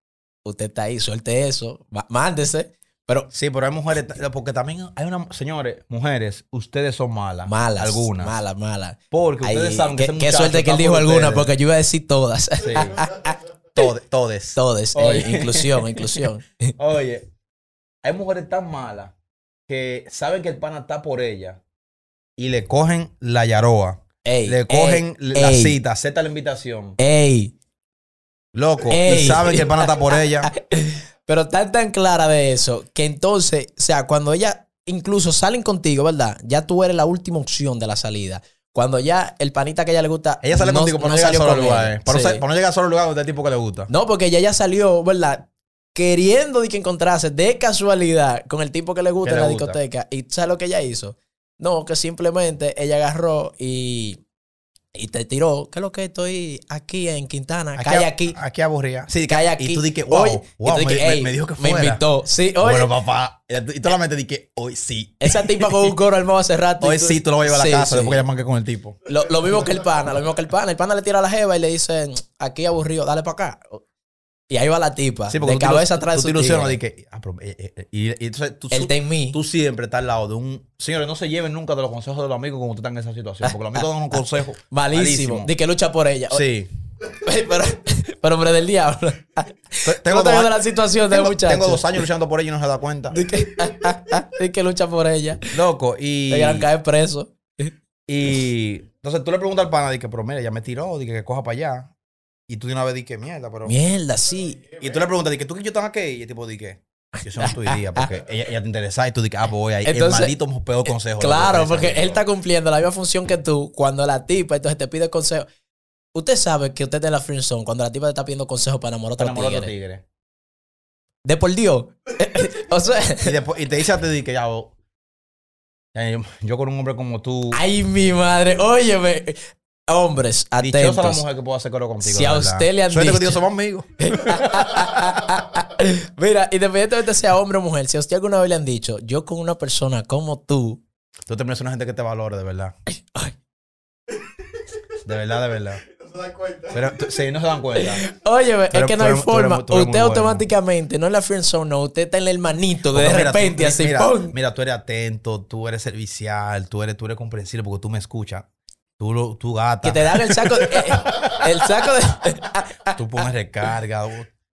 [SPEAKER 1] usted está ahí, suelte eso, ma- mándese, pero
[SPEAKER 2] Sí, pero hay mujeres. Porque también hay una. Señores, mujeres, ustedes son malas.
[SPEAKER 1] malas,
[SPEAKER 2] Algunas.
[SPEAKER 1] malas, malas.
[SPEAKER 2] Porque
[SPEAKER 1] Ay,
[SPEAKER 2] ustedes saben que.
[SPEAKER 1] qué,
[SPEAKER 2] ese
[SPEAKER 1] qué
[SPEAKER 2] muchacho
[SPEAKER 1] suerte que
[SPEAKER 2] está
[SPEAKER 1] él dijo
[SPEAKER 2] por
[SPEAKER 1] alguna,
[SPEAKER 2] ustedes.
[SPEAKER 1] porque yo iba a decir todas.
[SPEAKER 2] Sí. Todes. Todes.
[SPEAKER 1] Todes,
[SPEAKER 2] Oye.
[SPEAKER 1] eh, inclusión, inclusión.
[SPEAKER 2] Oye, hay mujeres tan malas que saben que el pana está por ella. Y le cogen la yaroa.
[SPEAKER 1] Ey,
[SPEAKER 2] Le
[SPEAKER 1] ey,
[SPEAKER 2] cogen la
[SPEAKER 1] ey,
[SPEAKER 2] cita, acepta la invitación.
[SPEAKER 1] Ey,
[SPEAKER 2] Loco,
[SPEAKER 1] Ey.
[SPEAKER 2] y saben que el pana está por ella.
[SPEAKER 1] pero tan tan clara de eso que entonces, o sea, cuando ella incluso salen contigo, ¿verdad? Ya tú eres la última opción de la salida. Cuando ya el panita que a ella le gusta.
[SPEAKER 2] Ella sale contigo para no, llegar
[SPEAKER 1] salió
[SPEAKER 2] solo al
[SPEAKER 1] con
[SPEAKER 2] lugar.
[SPEAKER 1] él.
[SPEAKER 2] eh. Para, no,
[SPEAKER 1] Sí.
[SPEAKER 2] sa- para no llegar solo al lugar donde el tipo que le gusta.
[SPEAKER 1] No, porque ella ya salió, ¿verdad? Queriendo de que encontrase de casualidad con el tipo que le gusta
[SPEAKER 2] Que
[SPEAKER 1] en
[SPEAKER 2] le
[SPEAKER 1] la
[SPEAKER 2] gusta.
[SPEAKER 1] discoteca. ¿Y tú sabes lo que ella hizo? No, que simplemente ella agarró y, y te tiró. ¿Qué es lo que estoy aquí en Quintana? Calle aquí.
[SPEAKER 2] Aquí aburrida. Sí,
[SPEAKER 1] Calle aquí.
[SPEAKER 2] Y tú dices, wow,
[SPEAKER 1] Oye, y
[SPEAKER 2] wow,
[SPEAKER 1] tú di
[SPEAKER 2] me,
[SPEAKER 1] que,
[SPEAKER 2] me-
[SPEAKER 1] "Ey,
[SPEAKER 2] me dijo que
[SPEAKER 1] Me
[SPEAKER 2] fuera.
[SPEAKER 1] invitó. Sí, oye.
[SPEAKER 2] Bueno, papá. eh, Y tú la mente dije, hoy sí.
[SPEAKER 1] esa tipa con un coro armado hace rato. y
[SPEAKER 2] Hoy sí, tú lo vas a llevar a
[SPEAKER 1] Sí,
[SPEAKER 2] la casa
[SPEAKER 1] sí.
[SPEAKER 2] después que ya manqué con el tipo.
[SPEAKER 1] Lo, lo mismo que el pana, lo mismo que el pana. El pana le tira a la jeva y le dice, aquí aburrido, dale para acá. Y ahí va la tipa.
[SPEAKER 2] Sí,
[SPEAKER 1] Ah, de
[SPEAKER 2] tú te
[SPEAKER 1] cabeza
[SPEAKER 2] ilu-
[SPEAKER 1] atrás de
[SPEAKER 2] Tú
[SPEAKER 1] su
[SPEAKER 2] te ilusionas,
[SPEAKER 1] tigre.
[SPEAKER 2] dije, ah, pero. eh, eh, eh, y, y entonces tú,
[SPEAKER 1] El
[SPEAKER 2] su-
[SPEAKER 1] de en mí.
[SPEAKER 2] tú siempre estás al lado de un. Señores, no se lleven nunca de los consejos de los amigos cuando tú estás en esa situación. Porque los amigos dan un consejo.
[SPEAKER 1] Malísimo.
[SPEAKER 2] Malísimo.
[SPEAKER 1] De que lucha por ella.
[SPEAKER 2] Sí.
[SPEAKER 1] Pero, Pero hombre del diablo.
[SPEAKER 2] Te-
[SPEAKER 1] Tengo
[SPEAKER 2] Tengo, dos,
[SPEAKER 1] de
[SPEAKER 2] años-
[SPEAKER 1] la situación de
[SPEAKER 2] tengo-
[SPEAKER 1] muchacho.
[SPEAKER 2] tengo dos años luchando por ella y no se da cuenta.
[SPEAKER 1] Dice que, di que lucha por ella.
[SPEAKER 2] Loco, y.
[SPEAKER 1] Te gran caer preso.
[SPEAKER 2] Y entonces tú le preguntas al pana, dije, pero mira, ya me tiró, dije que coja para allá. Y tú de una vez dije, mierda, pero.
[SPEAKER 1] Mierda, sí.
[SPEAKER 2] Y tú le preguntas, dije, ¿tú que yo tengo que ir? Y el tipo dije, yo eso no tu idea, porque ella, ella te interesa y tú dije, ah, pues voy ahí.
[SPEAKER 1] Entonces, eh,
[SPEAKER 2] el maldito mo- peor consejo.
[SPEAKER 1] Claro,
[SPEAKER 2] loco,
[SPEAKER 1] porque
[SPEAKER 2] ese,
[SPEAKER 1] él
[SPEAKER 2] loco.
[SPEAKER 1] está cumpliendo la misma función que tú cuando la tipa entonces te pide consejo. Usted sabe que usted es de la friendzone cuando la tipa te está pidiendo consejo para enamorar a
[SPEAKER 2] Te
[SPEAKER 1] otro
[SPEAKER 2] enamoró otro
[SPEAKER 1] tigre.
[SPEAKER 2] tigre.
[SPEAKER 1] De por Dios. o sea,
[SPEAKER 2] Y, después, y te dice a ti, dije, ya, bo- ya, yo, yo con un hombre como tú,
[SPEAKER 1] ay mi madre, óyeme. Hombres,
[SPEAKER 2] dichosa la
[SPEAKER 1] atentos.
[SPEAKER 2] mujer que puedo hacer coro contigo.
[SPEAKER 1] Si
[SPEAKER 2] de
[SPEAKER 1] a
[SPEAKER 2] verdad.
[SPEAKER 1] usted le han
[SPEAKER 2] Suerte que
[SPEAKER 1] dicho-
[SPEAKER 2] Dios somos amigos.
[SPEAKER 1] Mira, independientemente sea hombre o mujer, si a usted alguna vez le han dicho, yo con una persona como tú,
[SPEAKER 2] Tú terminas siendo una gente que te valore, de verdad.
[SPEAKER 1] ay,
[SPEAKER 2] De verdad, de verdad.
[SPEAKER 3] No se dan cuenta.
[SPEAKER 2] Pero tú- sí, no se dan cuenta.
[SPEAKER 1] óyeme,
[SPEAKER 2] Tú
[SPEAKER 1] es
[SPEAKER 2] eres-
[SPEAKER 1] que no
[SPEAKER 2] tú
[SPEAKER 1] hay
[SPEAKER 2] eres- tú eres
[SPEAKER 1] forma.
[SPEAKER 2] muy- tú eres muy
[SPEAKER 1] usted
[SPEAKER 2] bueno.
[SPEAKER 1] automáticamente, no en la friendzone, no, usted está en el hermanito de,
[SPEAKER 2] Porque mira, tú-
[SPEAKER 1] repente,
[SPEAKER 2] mi-
[SPEAKER 1] así,
[SPEAKER 2] mira,
[SPEAKER 1] ¡pum!
[SPEAKER 2] mira, tú eres atento, tú eres servicial, tú eres, tú eres comprensible porque tú me escuchas. Tú, lo, tú
[SPEAKER 1] Que
[SPEAKER 2] gata,
[SPEAKER 1] te dan el saco. eh, el saco de.
[SPEAKER 2] tú
[SPEAKER 1] Ah,
[SPEAKER 2] pones recarga. o-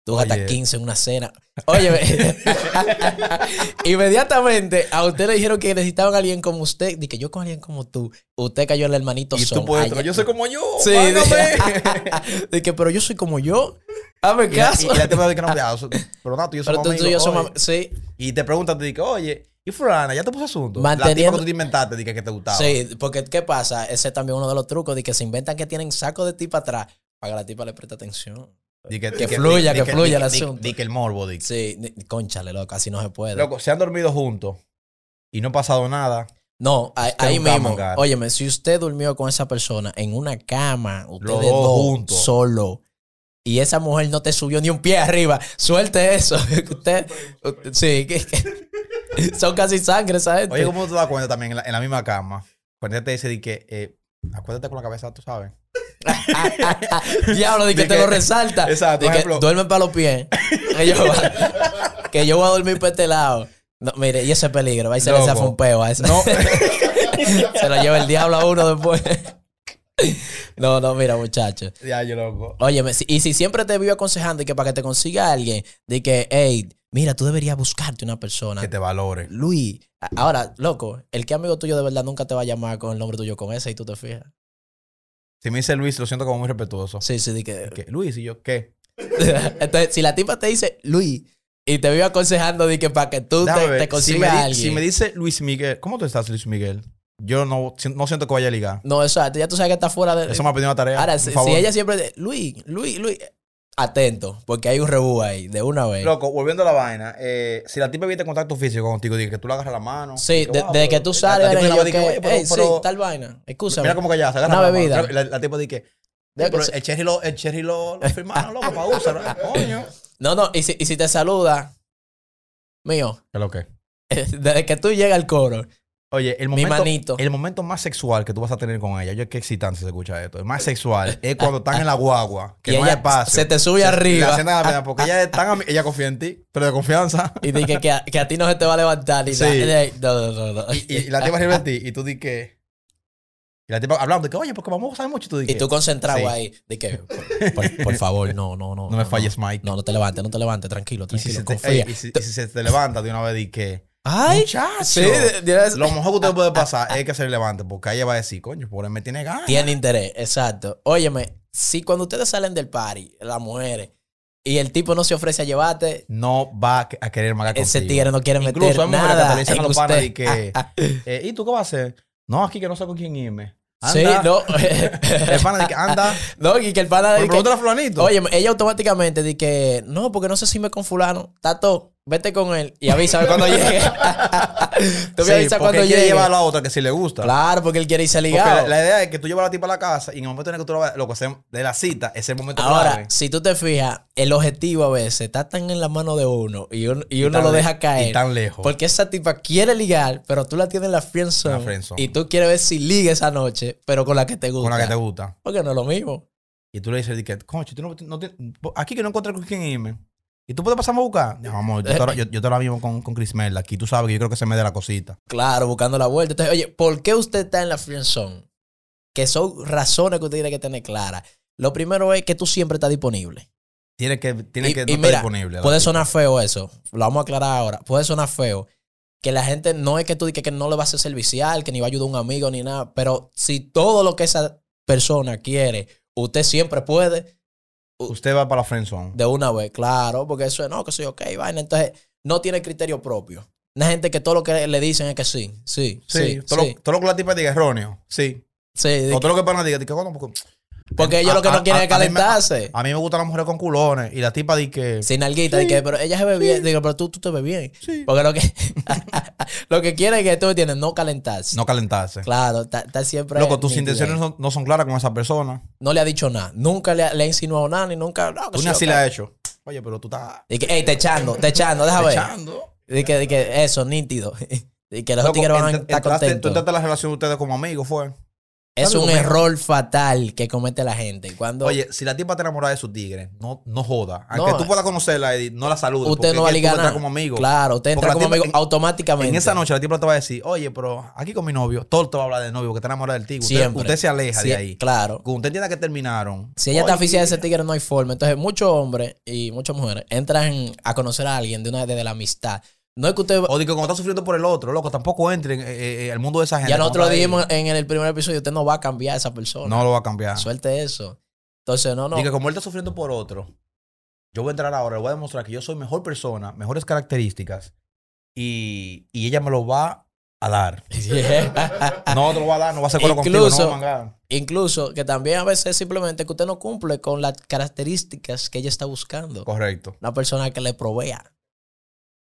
[SPEAKER 1] Tú gastas
[SPEAKER 2] Oye.
[SPEAKER 1] 15 en una cena. Oye, inmediatamente a usted le dijeron que necesitaban a alguien como usted. Dije, yo con alguien como tú. Usted cayó en el hermanito
[SPEAKER 2] Y
[SPEAKER 1] solo.
[SPEAKER 2] tú puedes.
[SPEAKER 1] Allá-
[SPEAKER 2] Yo soy como yo.
[SPEAKER 1] Sí, ah,
[SPEAKER 2] págame.
[SPEAKER 1] de- de que, pero yo soy como yo. Hazme
[SPEAKER 2] Y la, y,
[SPEAKER 1] caso. Ah.
[SPEAKER 2] y la tipa dice que no, ya, so- pero no, tú y yo
[SPEAKER 1] pero
[SPEAKER 2] somos
[SPEAKER 1] tú, tú y yo
[SPEAKER 2] amigos,
[SPEAKER 1] somos.
[SPEAKER 2] oye.
[SPEAKER 1] Sí,
[SPEAKER 2] Y te preguntan, te dice, oye, ¿y fulana? ¿Ya te puso asunto? La tipa
[SPEAKER 1] Manteniendo-
[SPEAKER 2] que tú te inventaste, dije que te gustaba.
[SPEAKER 1] sí. Porque, ¿qué pasa? Ese es también uno de los trucos. De que se inventan que tienen saco de tipa atrás. Para que la tipa le preste atención.
[SPEAKER 2] Di
[SPEAKER 1] Que fluya, que fluya el asunto.
[SPEAKER 2] Dije el morbo, di que-
[SPEAKER 1] Sí, ni- conchale, loco. Así no se puede.
[SPEAKER 2] Loco, se han dormido juntos y no ha pasado nada.
[SPEAKER 1] No, ahí,
[SPEAKER 2] Usted
[SPEAKER 1] ahí
[SPEAKER 2] nunca va a
[SPEAKER 1] mismo.
[SPEAKER 2] mangar.
[SPEAKER 1] Óyeme, si usted durmió con esa persona en una cama, ustedes
[SPEAKER 2] dos
[SPEAKER 1] dos
[SPEAKER 2] juntos.
[SPEAKER 1] solo, y esa mujer no te subió ni un pie arriba, suelte eso. que usted, u- sí, que- que- son casi sangre, ¿sabes?
[SPEAKER 2] Oye, ¿cómo tú te das cuenta también en la, en la misma cama? Cuando ella te dice, di que, eh, acuérdate con la cabeza, tú sabes.
[SPEAKER 1] Diablo, de que
[SPEAKER 2] de
[SPEAKER 1] te
[SPEAKER 2] que-
[SPEAKER 1] lo resalta. De
[SPEAKER 2] Exacto, por
[SPEAKER 1] que
[SPEAKER 2] ejemplo-
[SPEAKER 1] duerme para los pies. Que yo, que yo voy a dormir para este lado. No, mire, y ese peligro, va y se le
[SPEAKER 2] Loco.
[SPEAKER 1] zafa un peo a ese.
[SPEAKER 2] No.
[SPEAKER 1] se lo lleva el diablo a uno después. no, no, mira, muchachos.
[SPEAKER 2] Ya, yo loco.
[SPEAKER 1] Óyeme, si- y si siempre te vivo aconsejando y que para que te consiga alguien, de que, hey, mira, tú deberías buscarte una persona.
[SPEAKER 2] Que te valore.
[SPEAKER 1] Luis, a- ahora, loco, el que amigo tuyo de verdad nunca te va a llamar con el nombre tuyo con ese y tú te fijas.
[SPEAKER 2] Si me dice Luis, lo siento como muy respetuoso.
[SPEAKER 1] Sí, sí, de que.
[SPEAKER 2] Que, Luis, ¿y yo qué?
[SPEAKER 1] Entonces, si la tipa te dice Luis y te vivo aconsejando de que para que tú
[SPEAKER 2] Déjame
[SPEAKER 1] te,
[SPEAKER 2] ver.
[SPEAKER 1] te
[SPEAKER 2] si, me
[SPEAKER 1] consigas
[SPEAKER 2] di-
[SPEAKER 1] a alguien.
[SPEAKER 2] si me dice Luis Miguel, ¿cómo tú estás, Luis Miguel? Yo no, si- no siento que vaya a ligar.
[SPEAKER 1] No, exacto, ya tú sabes que está fuera de.
[SPEAKER 2] Eso me ha pedido una tarea.
[SPEAKER 1] ahora,
[SPEAKER 2] por
[SPEAKER 1] si,
[SPEAKER 2] favor.
[SPEAKER 1] si ella siempre. dice, Luis, Luis, Luis. Atento, porque hay un rebú ahí, de una vez.
[SPEAKER 2] Loco, volviendo a la vaina, eh, si la tipa viste contacto físico contigo, dije que tú le agarras la mano.
[SPEAKER 1] Sí,
[SPEAKER 2] dije,
[SPEAKER 1] de-
[SPEAKER 2] wow,
[SPEAKER 1] desde que
[SPEAKER 2] pero-
[SPEAKER 1] tú sales,
[SPEAKER 2] la tipa
[SPEAKER 1] eres yo
[SPEAKER 2] nada más dije,
[SPEAKER 1] que,
[SPEAKER 2] oye, pero-
[SPEAKER 1] "Ey, sí,
[SPEAKER 2] pero-
[SPEAKER 1] tal vaina. Escúchame.
[SPEAKER 2] Mira cómo que ya se agarra
[SPEAKER 1] Una
[SPEAKER 2] la mano.
[SPEAKER 1] bebida.
[SPEAKER 2] La, la tipa dije,
[SPEAKER 1] Ya que
[SPEAKER 2] pero
[SPEAKER 1] se-
[SPEAKER 2] el cherry lo, el cherry lo, lo firmaron, loco, para usar, ¿verdad? coño.
[SPEAKER 1] No, no, y si, y si te saluda, mío,
[SPEAKER 2] ¿Qué lo que?
[SPEAKER 1] desde que tú llegas al coro,
[SPEAKER 2] Oye, el
[SPEAKER 1] Mi
[SPEAKER 2] momento,
[SPEAKER 1] manito.
[SPEAKER 2] el momento más sexual que tú vas a tener con ella, yo qué excitante se escucha esto. El más sexual es cuando están en la guagua, que
[SPEAKER 1] y
[SPEAKER 2] no hay
[SPEAKER 1] ella
[SPEAKER 2] espacio.
[SPEAKER 1] se te sube
[SPEAKER 2] Se-
[SPEAKER 1] arriba
[SPEAKER 2] la sientan a la pierna, porque ella, es tan ami- ella confía en ti, pero de confianza.
[SPEAKER 1] y dice que, a- que a ti no se te va a levantar. Y
[SPEAKER 2] Sí.
[SPEAKER 1] nada. No, no, no, no.
[SPEAKER 2] Y, y la tipa arriba de ti, y tú di que. Y la tipa hablando, de que, oye, porque vamos a saber mucho. Y tú, di
[SPEAKER 1] Y
[SPEAKER 2] que,
[SPEAKER 1] tú concentrado
[SPEAKER 2] Sí.
[SPEAKER 1] ahí, de que, por, por- por favor, no, no, no.
[SPEAKER 2] no me falles, Mike.
[SPEAKER 1] No, no te levantes, no te levantes, tranquilo,
[SPEAKER 2] y,
[SPEAKER 1] tranquilo,
[SPEAKER 2] si se te,
[SPEAKER 1] confía.
[SPEAKER 2] ey, y si- y si se te levanta de una vez, di que.
[SPEAKER 1] Ay,
[SPEAKER 2] "Muchacho,
[SPEAKER 1] sí, de- de-
[SPEAKER 2] Lo mejor que usted puede pasar es que se le levante, porque ella va a decir, coño, por él me tiene ganas.
[SPEAKER 1] tiene interés, exacto. Óyeme, si cuando ustedes salen del party, las mujeres, y el tipo no se ofrece a llevarte,
[SPEAKER 2] No va a que- a querer magar contigo.
[SPEAKER 1] ese tigre no quiere meter
[SPEAKER 2] Incluso hay mujeres que
[SPEAKER 1] nada
[SPEAKER 2] te le dicen
[SPEAKER 1] en
[SPEAKER 2] a los panas
[SPEAKER 1] usted.
[SPEAKER 2] y que, eh, ¿y tú qué vas a hacer? No, aquí que no sé con quién irme.
[SPEAKER 1] Sí,
[SPEAKER 2] Anda,
[SPEAKER 1] no.
[SPEAKER 2] El pana dice, anda,
[SPEAKER 1] no, y que el pana
[SPEAKER 2] pero
[SPEAKER 1] dice,
[SPEAKER 2] pregúntale a fulanito.
[SPEAKER 1] oye, ella automáticamente dice que, no, porque no sé si me con fulano. Tato, vete con él y avísame cuando llegue. Tú me
[SPEAKER 2] Sí,
[SPEAKER 1] avisas
[SPEAKER 2] porque
[SPEAKER 1] cuando
[SPEAKER 2] él quiere
[SPEAKER 1] llegue.
[SPEAKER 2] llevar a la otra que sí le gusta.
[SPEAKER 1] Claro, porque él quiere irse
[SPEAKER 2] Porque la,
[SPEAKER 1] ligado.
[SPEAKER 2] la idea es que tú llevas a la tipa a la casa y en el momento en el que tú lo vas, lo que hacemos de la cita, ese es el momento
[SPEAKER 1] Ahora,
[SPEAKER 2] clave.
[SPEAKER 1] si tú te fijas, el objetivo a veces está tan en la mano de uno y uno, y
[SPEAKER 2] Y
[SPEAKER 1] uno
[SPEAKER 2] tan
[SPEAKER 1] lo
[SPEAKER 2] le-
[SPEAKER 1] deja caer.
[SPEAKER 2] Y tan lejos.
[SPEAKER 1] Porque esa tipa quiere ligar, pero tú la tienes en la friendzone.
[SPEAKER 2] La friendzone.
[SPEAKER 1] Y tú quieres ver si liga esa noche, pero con la que te gusta.
[SPEAKER 2] con la que te gusta.
[SPEAKER 1] Porque no es lo mismo.
[SPEAKER 2] Y tú le dices, di que, concho, tú no, no tienes- aquí que no encontré con quién irme. Y tú puedes pasarme a buscar. No, amor,
[SPEAKER 1] Eh,
[SPEAKER 2] yo te, ahora- yo, yo te la mismo con, con Chris Mel. Aquí tú sabes que yo creo que se me dé la cosita.
[SPEAKER 1] Claro, buscando la vuelta. Entonces, oye, ¿por qué usted está en la friendzone? Que son razones que usted tiene que tener claras. Lo primero es que tú siempre estás disponible.
[SPEAKER 2] Tiene que, tiene
[SPEAKER 1] Y-
[SPEAKER 2] que
[SPEAKER 1] y
[SPEAKER 2] no está
[SPEAKER 1] mira,
[SPEAKER 2] disponible. la
[SPEAKER 1] Puede
[SPEAKER 2] tipa.
[SPEAKER 1] sonar feo eso. Lo vamos a aclarar ahora. Puede sonar feo. Que la gente no es que tú digas que no le vas a servicial, que ni va a ayudar a un amigo ni nada. Pero si todo lo que esa persona quiere, usted siempre puede
[SPEAKER 2] Usted va para la friendzone.
[SPEAKER 1] de una vez. Claro, porque eso es no, que soy ok, vaina. Entonces, no tiene criterio propio. Una gente que todo lo que le dicen es que sí, sí,
[SPEAKER 2] Sí,
[SPEAKER 1] sí,
[SPEAKER 2] todo,
[SPEAKER 1] sí.
[SPEAKER 2] Lo, todo lo que la tipa diga es erróneo. Sí.
[SPEAKER 1] sí, di-
[SPEAKER 2] O todo lo que pana diga, di que, bueno, porque,
[SPEAKER 1] porque ellos
[SPEAKER 2] a-
[SPEAKER 1] lo que
[SPEAKER 2] a-
[SPEAKER 1] no quieren
[SPEAKER 2] a-
[SPEAKER 1] es
[SPEAKER 2] a mí me-
[SPEAKER 1] calentarse.
[SPEAKER 2] a mí me gustan las mujeres con culones. Y la tipa dice que.
[SPEAKER 1] Sin alguita,
[SPEAKER 2] Sí,
[SPEAKER 1] que, pero ella se ve bien. Digo, pero tú, tú te ves bien.
[SPEAKER 2] sí.
[SPEAKER 1] Porque lo que, lo que quiere es que tú tienes no calentarse.
[SPEAKER 2] No calentarse.
[SPEAKER 1] Claro, está, está siempre.
[SPEAKER 2] Loco, tus
[SPEAKER 1] nítido
[SPEAKER 2] intenciones
[SPEAKER 1] ahí.
[SPEAKER 2] no, no son claras con esa persona.
[SPEAKER 1] No le ha dicho nada. Nunca le ha, le ha insinuado nada, ni nunca. No, que
[SPEAKER 2] Tú
[SPEAKER 1] sí,
[SPEAKER 2] ni así
[SPEAKER 1] ok.
[SPEAKER 2] le has hecho. Oye, pero tú estás
[SPEAKER 1] Y que, hey, te echando, te echando, deja ver.
[SPEAKER 2] echando.
[SPEAKER 1] Y que, y que eso, nítido. Y que los
[SPEAKER 2] Loco,
[SPEAKER 1] tigres van a
[SPEAKER 2] ent-
[SPEAKER 1] estar
[SPEAKER 2] entraste- Tú
[SPEAKER 1] contentos.
[SPEAKER 2] entraste a la relación de ustedes como amigos, fue.
[SPEAKER 1] Es
[SPEAKER 2] Dame
[SPEAKER 1] un
[SPEAKER 2] conmigo.
[SPEAKER 1] error fatal que comete la gente. Cuando
[SPEAKER 2] Oye, si la tipa te enamora de su tigre, no, no joda. Aunque
[SPEAKER 1] No.
[SPEAKER 2] tú puedas conocerla, Eddie, no la saludes.
[SPEAKER 1] usted
[SPEAKER 2] porque
[SPEAKER 1] no va a
[SPEAKER 2] es que tú
[SPEAKER 1] ligar
[SPEAKER 2] entras
[SPEAKER 1] nada.
[SPEAKER 2] como amigo.
[SPEAKER 1] Claro, usted entra
[SPEAKER 2] Porque la
[SPEAKER 1] como
[SPEAKER 2] tipa-
[SPEAKER 1] amigo
[SPEAKER 2] en-
[SPEAKER 1] automáticamente.
[SPEAKER 2] En esa noche la tipa te va a decir, oye, pero aquí con mi novio, todo te va a hablar del novio porque está enamorada del tigre. Usted-
[SPEAKER 1] Siempre.
[SPEAKER 2] Usted, se aleja
[SPEAKER 1] Sí,
[SPEAKER 2] de ahí.
[SPEAKER 1] Claro.
[SPEAKER 2] Cuando usted entienda que terminaron.
[SPEAKER 1] Si ella está
[SPEAKER 2] oye,
[SPEAKER 1] aficionada de ese tigre, no hay forma. Entonces, muchos hombres y muchas mujeres entran a conocer a alguien de una desde la amistad. No es que usted.
[SPEAKER 2] O digo, cuando está sufriendo por el otro, loco, tampoco entren eh, eh, al mundo de esa gente.
[SPEAKER 1] Ya nosotros
[SPEAKER 2] Como está
[SPEAKER 1] dijimos en el primer episodio, usted no va a cambiar a esa
[SPEAKER 2] ahí.
[SPEAKER 1] persona.
[SPEAKER 2] No lo va a cambiar.
[SPEAKER 1] Suelte eso. Entonces, no, no.
[SPEAKER 2] Digo, como él está sufriendo por otro, yo voy a entrar ahora, le voy a demostrar que yo soy mejor persona, mejores características, y, y ella me lo va a dar.
[SPEAKER 1] Yeah.
[SPEAKER 2] No te lo va a dar, no va a ser acuerdo contigo, no
[SPEAKER 1] Incluso-
[SPEAKER 2] va a mangar.
[SPEAKER 1] Incluso que también a veces simplemente que usted no cumple con las características que ella está buscando.
[SPEAKER 2] Correcto.
[SPEAKER 1] Una persona que le provea.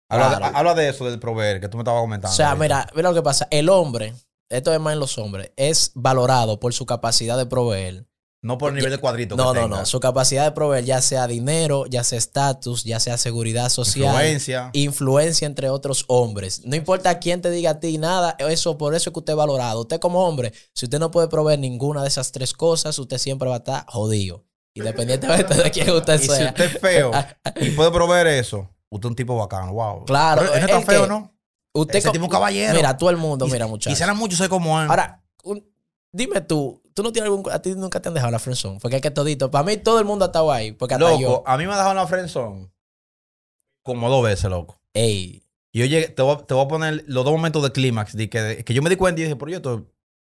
[SPEAKER 2] Habla, de-
[SPEAKER 1] Claro.
[SPEAKER 2] habla de eso, del proveer, que tú me estabas comentando.
[SPEAKER 1] O sea,
[SPEAKER 2] ahorita.
[SPEAKER 1] mira, mira lo que pasa. El hombre, esto es más en los hombres, es valorado por su capacidad de proveer.
[SPEAKER 2] No por el nivel de cuadrito
[SPEAKER 1] No,
[SPEAKER 2] que
[SPEAKER 1] no,
[SPEAKER 2] tenga.
[SPEAKER 1] no. Su capacidad de proveer, ya sea dinero, ya sea estatus, ya sea seguridad social,
[SPEAKER 2] Influencia.
[SPEAKER 1] influencia entre otros hombres. No importa quién te diga a ti nada, eso por eso es que usted es valorado. Usted como hombre, si usted no puede proveer ninguna de esas tres cosas, usted siempre va a estar jodido. Independientemente de quién usted
[SPEAKER 2] Y si
[SPEAKER 1] sea.
[SPEAKER 2] usted es feo y puede proveer eso, usted es un tipo bacano, wow.
[SPEAKER 1] Claro,
[SPEAKER 2] Pero él
[SPEAKER 1] es
[SPEAKER 2] no está
[SPEAKER 1] el
[SPEAKER 2] feo,
[SPEAKER 1] que-
[SPEAKER 2] ¿no?
[SPEAKER 1] Usted
[SPEAKER 2] Ese
[SPEAKER 1] co-
[SPEAKER 2] tipo es un caballero.
[SPEAKER 1] Mira, todo el mundo,
[SPEAKER 2] Y-
[SPEAKER 1] mira,
[SPEAKER 2] Y
[SPEAKER 1] muchachos.
[SPEAKER 2] será mucho, soy como él.
[SPEAKER 1] Ahora, un- dime tú, tú no tienes algún. A ti nunca te han dejado la friendzone. Porque es que todito. Para mí todo el mundo ha estado ahí. Porque hasta
[SPEAKER 2] Loco,
[SPEAKER 1] yo.
[SPEAKER 2] a mí me ha dejado en la friendzone como dos veces, loco.
[SPEAKER 1] Ey.
[SPEAKER 2] Y yo llegué, te voy, a- te voy a poner los dos momentos de clímax. de Que, que yo me di cuenta y dije, pero yo estoy,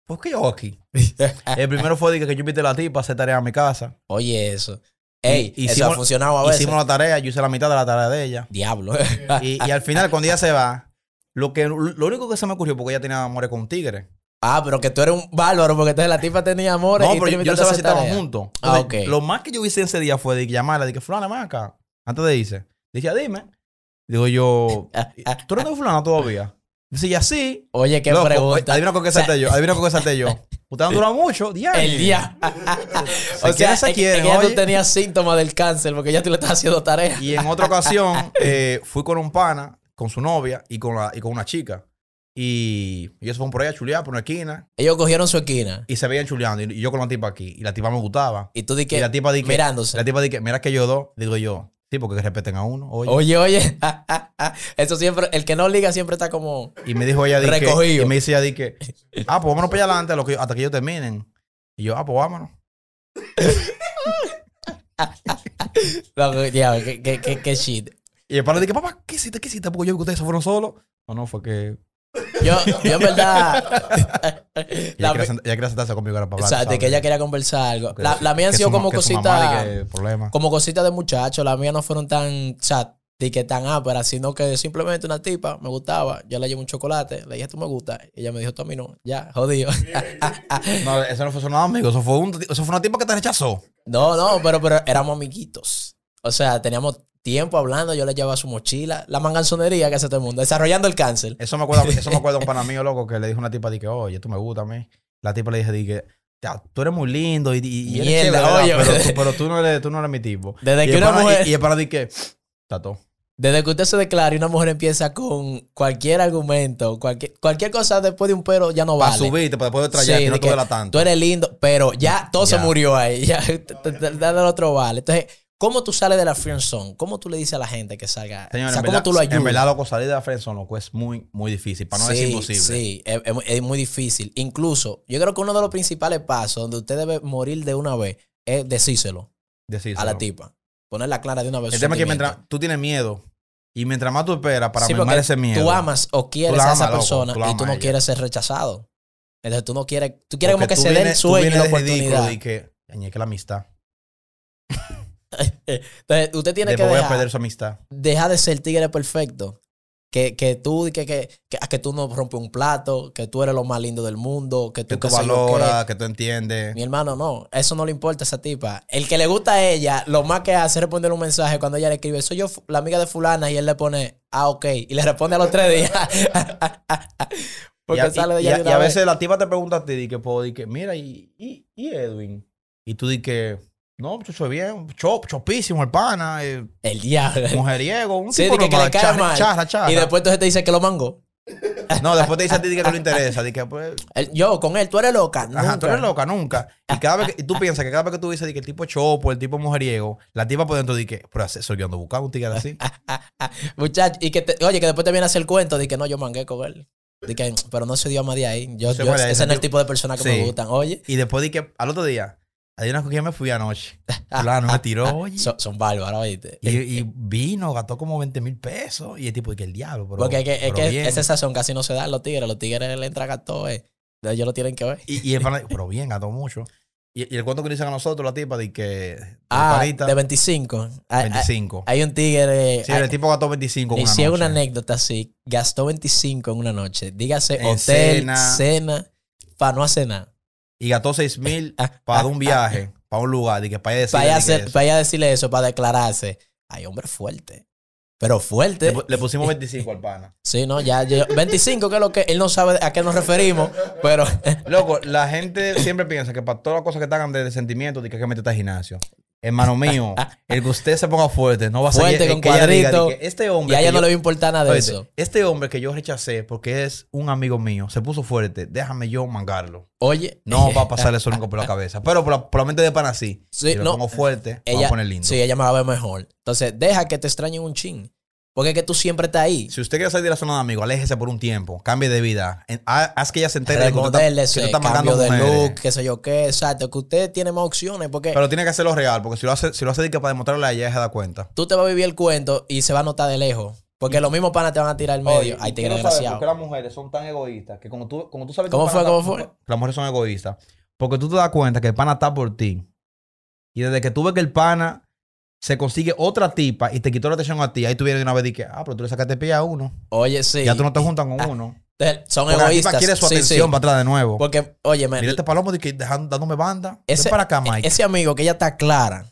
[SPEAKER 2] ¿por qué yo aquí? El primero fue de que yo invité a la tipa a hacer tarea a mi casa.
[SPEAKER 1] Oye, eso. Ey,
[SPEAKER 2] Y-
[SPEAKER 1] eso
[SPEAKER 2] hicimos-
[SPEAKER 1] ha funcionado a veces.
[SPEAKER 2] Hicimos la tarea, yo hice la mitad de la tarea de ella.
[SPEAKER 1] Diablo.
[SPEAKER 2] Y, y al final, cuando ella se va, lo, que, lo único que se me ocurrió, porque ella tenía amores con un tigre.
[SPEAKER 1] ah, pero que tú eres un bárbaro. Porque entonces la tipa tenía amores.
[SPEAKER 2] No,
[SPEAKER 1] y tú
[SPEAKER 2] pero
[SPEAKER 1] le
[SPEAKER 2] yo, yo
[SPEAKER 1] invitaste
[SPEAKER 2] no sabía
[SPEAKER 1] a
[SPEAKER 2] si
[SPEAKER 1] hacer
[SPEAKER 2] estaban
[SPEAKER 1] tarea.
[SPEAKER 2] juntos.
[SPEAKER 1] Ah,
[SPEAKER 2] Entonces,
[SPEAKER 1] ok.
[SPEAKER 2] Lo más que yo hice ese día fue de llamarla, de que fulana, ven acá. Antes de irse. Dije, "Ah, dime. Digo yo, ¿tú eres de fulana todavía? Dice, ya sí.
[SPEAKER 1] Oye, qué
[SPEAKER 2] Loco,
[SPEAKER 1] pregunta.
[SPEAKER 2] Adivina con qué
[SPEAKER 1] O sea,
[SPEAKER 2] salté yo. Adivina con qué salté yo. Usted han durado mucho. diablo.
[SPEAKER 1] El día.
[SPEAKER 2] Se quieren, se
[SPEAKER 1] es que-
[SPEAKER 2] quieren,
[SPEAKER 1] es que ya tú
[SPEAKER 2] oye.
[SPEAKER 1] tenías síntomas del cáncer. Porque ya tú le estás haciendo tarea.
[SPEAKER 2] Y en otra ocasión eh, fui con un pana, con su novia y con, la, y con una chica. Y ellos fueron por ahí a chulear por una esquina
[SPEAKER 1] Ellos cogieron su esquina.
[SPEAKER 2] y se veían chuleando. Y yo con la tipa aquí. Y la tipa me gustaba.
[SPEAKER 1] Y tú di
[SPEAKER 2] Y la
[SPEAKER 1] que.
[SPEAKER 2] tipa dije,
[SPEAKER 1] Mirándose.
[SPEAKER 2] la tipa di que, mira que yo dos. Digo yo, sí, porque que respeten a uno. Oye.
[SPEAKER 1] Oye, oye. Eso siempre. El que no liga siempre está como.
[SPEAKER 2] Y me dijo ella, di que-
[SPEAKER 1] Recogido.
[SPEAKER 2] y me dice ella, di que, ah, pues vámonos para allá adelante a lo que- hasta que ellos terminen. Y yo, ah, pues vámonos.
[SPEAKER 1] No, que- ya, que, que- que- que shit.
[SPEAKER 2] Y el pana dije, papá, ¿qué hiciste? ¿Qué hiciste? Porque yo vi que ustedes se fueron solos. No, no, fue que
[SPEAKER 1] Yo, yo en verdad.
[SPEAKER 2] ella
[SPEAKER 1] la,
[SPEAKER 2] quería sent- ella quería sentarse conmigo ahora para
[SPEAKER 1] o
[SPEAKER 2] hablar.
[SPEAKER 1] sea, de que
[SPEAKER 2] ¿sabes?
[SPEAKER 1] ella quería conversar algo.
[SPEAKER 2] Que
[SPEAKER 1] La,
[SPEAKER 2] su-
[SPEAKER 1] la mía han
[SPEAKER 2] que
[SPEAKER 1] sido
[SPEAKER 2] su ma-
[SPEAKER 1] como
[SPEAKER 2] que su mamá,
[SPEAKER 1] cositas.
[SPEAKER 2] di que problema.
[SPEAKER 1] Como cositas de muchachos. Las mías no fueron tan. O sea, de que tan áperas, sino que simplemente una tipa me gustaba. Yo le llevé un chocolate. Le dije, tú me gusta. Ella me dijo, tú a mí no. Ya, jodido.
[SPEAKER 2] No, eso no fue nada, amigo. Eso fue, un, eso fue una tipa que te rechazó.
[SPEAKER 1] No, no, pero, pero éramos amiguitos. O sea, teníamos tiempo hablando. Yo le llevaba su mochila. La manganzonería que hace todo el mundo. Desarrollando el cáncer.
[SPEAKER 2] Eso me acuerda, eso me acuerda un pana mío, loco, que le dijo a una tipa, dije, oye, tú me gusta a mí. La tipa le dije, dije, "Ya, tú eres muy lindo y, y- y eres
[SPEAKER 1] Mierda,
[SPEAKER 2] chévere, ¿verdad?
[SPEAKER 1] oye,
[SPEAKER 2] pero,
[SPEAKER 1] pero-
[SPEAKER 2] tú, pero tú no eres, tú no eres mi tipo.
[SPEAKER 1] Desde
[SPEAKER 2] y
[SPEAKER 1] que
[SPEAKER 2] el
[SPEAKER 1] una
[SPEAKER 2] pana-
[SPEAKER 1] mujer-
[SPEAKER 2] y- y el pana dije, tato.
[SPEAKER 1] Desde que usted se declara y una mujer empieza con cualquier argumento, cualquier, cualquier cosa después de un pero ya no Oh,
[SPEAKER 2] Para
[SPEAKER 1] vale.
[SPEAKER 2] subirte, para después de trayarte,
[SPEAKER 1] Sí,
[SPEAKER 2] no
[SPEAKER 1] de
[SPEAKER 2] te
[SPEAKER 1] que
[SPEAKER 2] duela tanto.
[SPEAKER 1] Tú eres lindo, pero ya todo se
[SPEAKER 2] Ya.
[SPEAKER 1] murió ahí. Ya te- te- te- dale al otro vale. Entonces, ¿cómo tú sales de la friendzone? ¿Cómo tú le dices a la gente que salga?
[SPEAKER 2] Señor,
[SPEAKER 1] o sea,
[SPEAKER 2] en
[SPEAKER 1] ¿cómo
[SPEAKER 2] verdad,
[SPEAKER 1] tú lo ayudas?
[SPEAKER 2] En verdad, loco, salir de la friendzone, loco, es muy, muy difícil. Para no
[SPEAKER 1] sí,
[SPEAKER 2] decir imposible.
[SPEAKER 1] Sí, es, es muy- es muy difícil. Incluso, yo creo que uno de los principales pasos donde usted debe morir de una vez es decírselo
[SPEAKER 2] Decírselo.
[SPEAKER 1] a la tipa. Ponerla clara de una vez.
[SPEAKER 2] El tema es que
[SPEAKER 1] sentimiento.
[SPEAKER 2] mientras tú tienes miedo y mientras más tú esperas para
[SPEAKER 1] Sí,
[SPEAKER 2] mermar
[SPEAKER 1] porque
[SPEAKER 2] ese miedo.
[SPEAKER 1] Tú amas o quieres
[SPEAKER 2] la
[SPEAKER 1] a esa
[SPEAKER 2] amas, loco,
[SPEAKER 1] persona
[SPEAKER 2] tú la
[SPEAKER 1] y tú
[SPEAKER 2] amas
[SPEAKER 1] no
[SPEAKER 2] a ella.
[SPEAKER 1] quieres ser rechazado. Entonces tú no quieres, tú quieres como que
[SPEAKER 2] porque tú
[SPEAKER 1] se dé el
[SPEAKER 2] vienes- tú
[SPEAKER 1] sueño y la
[SPEAKER 2] vienes de ridículo
[SPEAKER 1] oportunidad.
[SPEAKER 2] Y que, "Ñe, que la amistad.
[SPEAKER 1] Entonces usted tiene que
[SPEAKER 2] Después voy a
[SPEAKER 1] dejar,
[SPEAKER 2] perder su amistad.
[SPEAKER 1] deja de ser tigre perfecto. Que, que tú que, que, que, que tú no rompes un plato, que tú eres lo más lindo del mundo, que tú,
[SPEAKER 2] Que tú
[SPEAKER 1] qué sé yo qué.
[SPEAKER 2] valoras, que tú entiendes.
[SPEAKER 1] Mi hermano, no, eso no le importa a esa tipa. El que le gusta a ella, lo más que hace es responderle un mensaje cuando ella le escribe, soy yo fu- la amiga de fulana y él le pone, ah, ok, y le responde a los tres días. Porque
[SPEAKER 2] y a,
[SPEAKER 1] sale de
[SPEAKER 2] y-
[SPEAKER 1] ella de
[SPEAKER 2] y a-
[SPEAKER 1] una
[SPEAKER 2] y a
[SPEAKER 1] vez.
[SPEAKER 2] veces la tipa te pregunta a ti, di que, po, di que, mira, y, y- y Edwin. Y tú di que, no, yo soy bien, chop, chopísimo el pana, eh,
[SPEAKER 1] El diablo.
[SPEAKER 2] mujeriego, un
[SPEAKER 1] Sí,
[SPEAKER 2] tipo
[SPEAKER 1] di que- que
[SPEAKER 2] normal,
[SPEAKER 1] le cae
[SPEAKER 2] charra,
[SPEAKER 1] mal.
[SPEAKER 2] charra, charra.
[SPEAKER 1] Y después entonces te dice que lo mango.
[SPEAKER 2] No, después te dice a ti di que no le interesa, di que, pues,
[SPEAKER 1] El- yo, con él, tú eres loca.
[SPEAKER 2] ajá, tú
[SPEAKER 1] nunca.
[SPEAKER 2] eres loca, nunca. Y cada vez que, y tú piensas que cada vez que tú dices di que el tipo es chopo, el tipo es mujeriego, la tipa por dentro di que, pero así soy yo ando buscando un tigre así.
[SPEAKER 1] Muchacho, y que te- oye, que después te viene a hacer el cuento de que no, yo mangué con él. De que, pero no soy Dios más de ahí. Yo,
[SPEAKER 2] Se
[SPEAKER 1] yo-
[SPEAKER 2] muere,
[SPEAKER 1] ese
[SPEAKER 2] ese
[SPEAKER 1] no es el
[SPEAKER 2] tipo-
[SPEAKER 1] tipo de persona que me
[SPEAKER 2] Sí.
[SPEAKER 1] gustan. Oye,
[SPEAKER 2] Y después di que, al otro día, adivina con quién me fui anoche. Fulano me tiró, oye.
[SPEAKER 1] son, son bárbaros, oíste. Eh,
[SPEAKER 2] Y, y vino, gastó como 20 mil pesos. Y el tipo, y que el diablo, pero.
[SPEAKER 1] Porque es que, es
[SPEAKER 2] pero
[SPEAKER 1] que
[SPEAKER 2] bien.
[SPEAKER 1] esa sazón casi no se da en los tigres. Los tigres le entran a todo, eh. Ellos lo tienen que ver.
[SPEAKER 2] Y, y el pana, pero bien, gastó mucho. Y, y el cuento que le dicen a nosotros, la tipa, de que. de
[SPEAKER 1] Ah,
[SPEAKER 2] panita,
[SPEAKER 1] de eh, 25. Hay,
[SPEAKER 2] 25.
[SPEAKER 1] hay- hay un tigre. eh,
[SPEAKER 2] sí,
[SPEAKER 1] hay-
[SPEAKER 2] el tipo gastó 25. en
[SPEAKER 1] y si es una
[SPEAKER 2] noche.
[SPEAKER 1] anécdota así, gastó 25 en una noche. Dígase
[SPEAKER 2] En
[SPEAKER 1] hotel,
[SPEAKER 2] cena.
[SPEAKER 1] cena, para no hacer nada. Ah,
[SPEAKER 2] Y gastó 6 mil para un viaje, para un lugar, de que para decir.
[SPEAKER 1] Para allá hacer- para allá decirle eso, para declararse. Hay hombre fuerte. Pero fuerte.
[SPEAKER 2] le, pu- le pusimos 25 al pana.
[SPEAKER 1] Sí, no, ya. yo- 25, que es lo que. Él no sabe a qué nos referimos, pero.
[SPEAKER 2] Loco, la gente siempre piensa que para todas las cosas que te hagan de, de sentimiento, de que hay que meterte al gimnasio. Hermano mío, el que usted se ponga fuerte, no va a
[SPEAKER 1] Fuerte,
[SPEAKER 2] ser el
[SPEAKER 1] con
[SPEAKER 2] que ella diga,
[SPEAKER 1] cuadrito.
[SPEAKER 2] de que este
[SPEAKER 1] Y
[SPEAKER 2] hombre.
[SPEAKER 1] a ella
[SPEAKER 2] que
[SPEAKER 1] no
[SPEAKER 2] yo-
[SPEAKER 1] le va a importar nada de
[SPEAKER 2] Oíste,
[SPEAKER 1] eso.
[SPEAKER 2] Este hombre que yo rechacé porque es un amigo mío, se puso fuerte, déjame yo mangarlo.
[SPEAKER 1] Oye.
[SPEAKER 2] No va a pasarle eso nunca por la cabeza. Pero por la, por la mente de pana sí.
[SPEAKER 1] Sí,
[SPEAKER 2] si lo
[SPEAKER 1] no.
[SPEAKER 2] pongo fuerte, va
[SPEAKER 1] ella,
[SPEAKER 2] a poner lindo.
[SPEAKER 1] Sí, ella me va a ver mejor. Entonces, deja que te extrañen un chin. Porque es que tú siempre estás ahí.
[SPEAKER 2] Si usted quiere salir de la zona de amigos, aléjese por un tiempo, cambie de vida. En- ha- haz que ella se entere de que tú
[SPEAKER 1] Remodele
[SPEAKER 2] estás, que
[SPEAKER 1] ese
[SPEAKER 2] tú estás matando
[SPEAKER 1] eh, cambio de
[SPEAKER 2] mujeres.
[SPEAKER 1] look, qué sé yo qué. Exacto, que usted tiene más opciones. Porque
[SPEAKER 2] Pero tiene que hacerlo real, porque si lo hace, si lo hace de que para demostrarle a ella, ella se da cuenta.
[SPEAKER 1] tú te vas a vivir el cuento y se va a notar de lejos. Porque los mismos panas te van a tirar al medio. Ay, tigre desgraciado.
[SPEAKER 2] las mujeres son tan egoístas que como tú, como tú sabes
[SPEAKER 1] que ¿Cómo el pana fue? está- ¿Cómo fue?
[SPEAKER 2] Las mujeres son egoístas. Porque tú te das cuenta que el pana está por ti. Y desde que tú ves que el pana se consigue otra tipa y te quitó la atención a ti, ahí tú vienes de una vez y que, ah, pero tú le sacaste pie a uno.
[SPEAKER 1] Oye, sí.
[SPEAKER 2] Ya tú no te juntas con uno.
[SPEAKER 1] Te- Son
[SPEAKER 2] Porque la tipa
[SPEAKER 1] egoístas.
[SPEAKER 2] quiere su
[SPEAKER 1] Sí, sí.
[SPEAKER 2] atención para atrás de nuevo.
[SPEAKER 1] Porque, oye, man,
[SPEAKER 2] Mira este palomo de que dejando, dándome banda.
[SPEAKER 1] Ese- e-
[SPEAKER 2] Ven para acá, Mike.
[SPEAKER 1] ese amigo que ella está clara,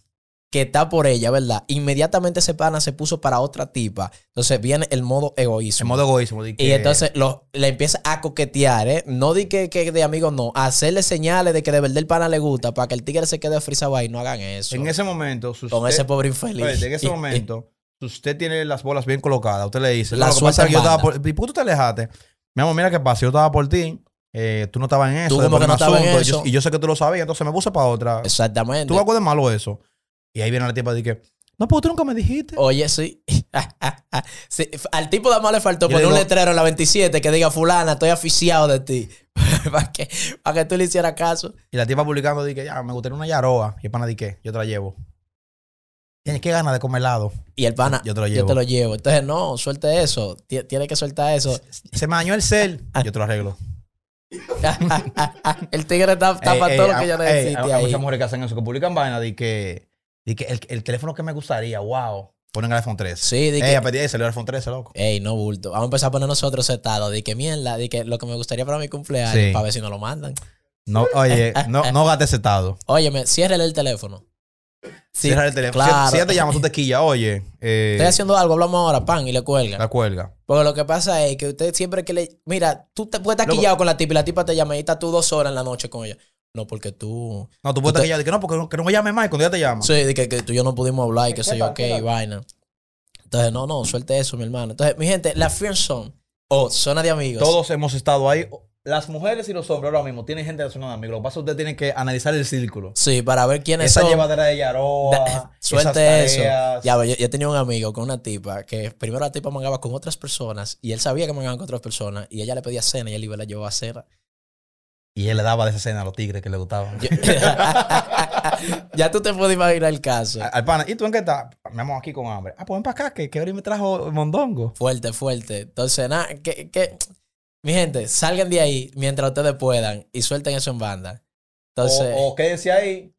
[SPEAKER 1] que está por ella, ¿verdad? Inmediatamente ese pana se puso para otra tipa. Entonces viene el modo egoísmo.
[SPEAKER 2] en modo egoísmo. de
[SPEAKER 1] Y
[SPEAKER 2] que-
[SPEAKER 1] entonces lo- le empieza a coquetear, ¿eh? No di que, que de amigos, no. Hacerle señales de que de verdad el pana le gusta para que el tigre se quede frisado ahí. No hagan eso.
[SPEAKER 2] en ese momento, si
[SPEAKER 1] con
[SPEAKER 2] usted-
[SPEAKER 1] ese pobre infeliz.
[SPEAKER 2] Oye, en ese momento, si usted tiene las bolas bien colocadas, usted le dice,
[SPEAKER 1] La
[SPEAKER 2] "No, lo que
[SPEAKER 1] suelta
[SPEAKER 2] pasa es que yo
[SPEAKER 1] en
[SPEAKER 2] estaba
[SPEAKER 1] banda.
[SPEAKER 2] por... ¿Y por qué tú te alejaste? Mi amor, mira qué pasa, yo estaba por ti, eh, tú no estabas en eso.
[SPEAKER 1] Tú
[SPEAKER 2] de
[SPEAKER 1] como que no
[SPEAKER 2] ponerme
[SPEAKER 1] estabas en
[SPEAKER 2] asunto, y yo-
[SPEAKER 1] eso.
[SPEAKER 2] Y, yo, sé que tú lo sabías, entonces me puse para otra.
[SPEAKER 1] Exactamente.
[SPEAKER 2] Tú algo de malo eso. Y ahí viene la tipa y dice, no, pero tú nunca me dijiste.
[SPEAKER 1] Oye, sí. Sí, Al tipo de amor le faltó
[SPEAKER 2] Yo
[SPEAKER 1] poner
[SPEAKER 2] le
[SPEAKER 1] un
[SPEAKER 2] digo-
[SPEAKER 1] letrero en la 27 que diga, fulana, estoy aficiado de ti. para, que, pa' que tú le hicieras caso.
[SPEAKER 2] Y la tipa publicando dice, ya, me gustaría una yaroa. Y el pana dice, yo te la llevo. Tienes que ganas de comer helado.
[SPEAKER 1] Y el pana,
[SPEAKER 2] Yo te lo
[SPEAKER 1] yo
[SPEAKER 2] llevo.
[SPEAKER 1] te lo llevo. Entonces, no, suelte eso. Ti- Tiene que soltar eso.
[SPEAKER 2] Se me dañó el cel.
[SPEAKER 1] Ah.
[SPEAKER 2] Yo te lo arreglo.
[SPEAKER 1] el tigre está,
[SPEAKER 2] Ey,
[SPEAKER 1] tapa
[SPEAKER 2] ey,
[SPEAKER 1] todo lo
[SPEAKER 2] Eh, a-
[SPEAKER 1] que ya
[SPEAKER 2] ey,
[SPEAKER 1] necesite
[SPEAKER 2] hay, hay
[SPEAKER 1] ahí.
[SPEAKER 2] muchas mujeres que hacen eso, que publican vaina de que, de que el, el teléfono que me gustaría, wow. Ponen el iPhone Eh, 13.
[SPEAKER 1] Sí, de que-
[SPEAKER 2] Ella pedía y salió el iPhone 13, loco.
[SPEAKER 1] Ey, no bulto. Vamos a empezar a poner nosotros setados. De que mierda, de que lo que me gustaría para mi cumpleaños,
[SPEAKER 2] Sí.
[SPEAKER 1] para ver si nos lo mandan.
[SPEAKER 2] No, oye, no, no gates setado.
[SPEAKER 1] Óyeme, ciérrele el teléfono. Sí,
[SPEAKER 2] Cierra el teléfono.
[SPEAKER 1] claro.
[SPEAKER 2] Si, si ella te llama, tú te quillas, oye, eh,
[SPEAKER 1] Estoy haciendo algo, hablamos ahora, pan, y le cuelga.
[SPEAKER 2] la cuelga.
[SPEAKER 1] Porque lo que pasa es que usted siempre que le. Mira, tú te puedes estar
[SPEAKER 2] Loco.
[SPEAKER 1] quillado con la tipa y la tipa te llama y estás tú dos horas en la noche con ella. No, porque tú.
[SPEAKER 2] No, tú puedes estar
[SPEAKER 1] Usted-
[SPEAKER 2] quillado, de que no, porque no- que no me llames más y cuando ella te llama.
[SPEAKER 1] Sí, de que, que tú y yo no pudimos hablar y qué sé yo
[SPEAKER 2] tal,
[SPEAKER 1] qué,
[SPEAKER 2] qué
[SPEAKER 1] y
[SPEAKER 2] tal?
[SPEAKER 1] vaina. Entonces, no, no, suelte eso, mi hermano. Entonces, mi gente, la friendzone o zona de amigos.
[SPEAKER 2] Todos hemos estado ahí. Las mujeres y los hombres ahora mismo tienen gente de zona de amigos. Lo que pasa es que usted tiene que analizar el círculo.
[SPEAKER 1] Sí, para ver quiénes
[SPEAKER 2] Esa
[SPEAKER 1] son.
[SPEAKER 2] llevadera de Yaroa,
[SPEAKER 1] Suelte
[SPEAKER 2] esas
[SPEAKER 1] eso.
[SPEAKER 2] tareas.
[SPEAKER 1] Ya, yo, yo tenía un amigo con una tipa que primero la tipa mangaba con otras personas y él sabía que mangaba con otras personas y ella le pedía cena y él iba y la llevaba a cena.
[SPEAKER 2] Y él le daba de esa cena a los tigres que le gustaban.
[SPEAKER 1] Yo- ya tú te puedes imaginar el caso.
[SPEAKER 2] Al al pana, ¿y tú en qué estás? Me vamos aquí con hambre. Ah, pues ven para acá, que, que ahorita me trajo mondongo.
[SPEAKER 1] Fuerte, fuerte. Entonces, nada, que, que- Mi gente, salgan de ahí mientras ustedes puedan y suelten eso en banda. Entonces,
[SPEAKER 2] o, o quédense ahí,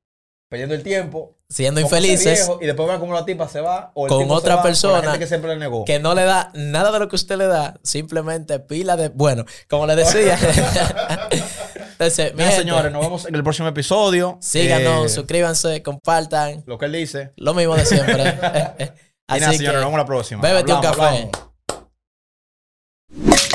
[SPEAKER 2] perdiendo el tiempo.
[SPEAKER 1] siendo
[SPEAKER 2] como ese
[SPEAKER 1] infelices,
[SPEAKER 2] viejo, y después van como la tipa se va. O el
[SPEAKER 1] Con
[SPEAKER 2] tipo se
[SPEAKER 1] otra
[SPEAKER 2] va,
[SPEAKER 1] persona
[SPEAKER 2] la gente que siempre le negó.
[SPEAKER 1] que no le da nada de lo que usted le da, simplemente pila de... Bueno, como le decía. Entonces, mi
[SPEAKER 2] Mira,
[SPEAKER 1] gente,
[SPEAKER 2] señores, nos vemos en el próximo episodio.
[SPEAKER 1] síganos,
[SPEAKER 2] Eh,
[SPEAKER 1] suscríbanse, compartan.
[SPEAKER 2] lo que él dice.
[SPEAKER 1] Lo mismo de siempre.
[SPEAKER 2] Y nada,
[SPEAKER 1] Así
[SPEAKER 2] señores, nos
[SPEAKER 1] que,
[SPEAKER 2] vemos la próxima.
[SPEAKER 1] bébete un
[SPEAKER 2] Hablamos,
[SPEAKER 1] café.
[SPEAKER 2] hablamos.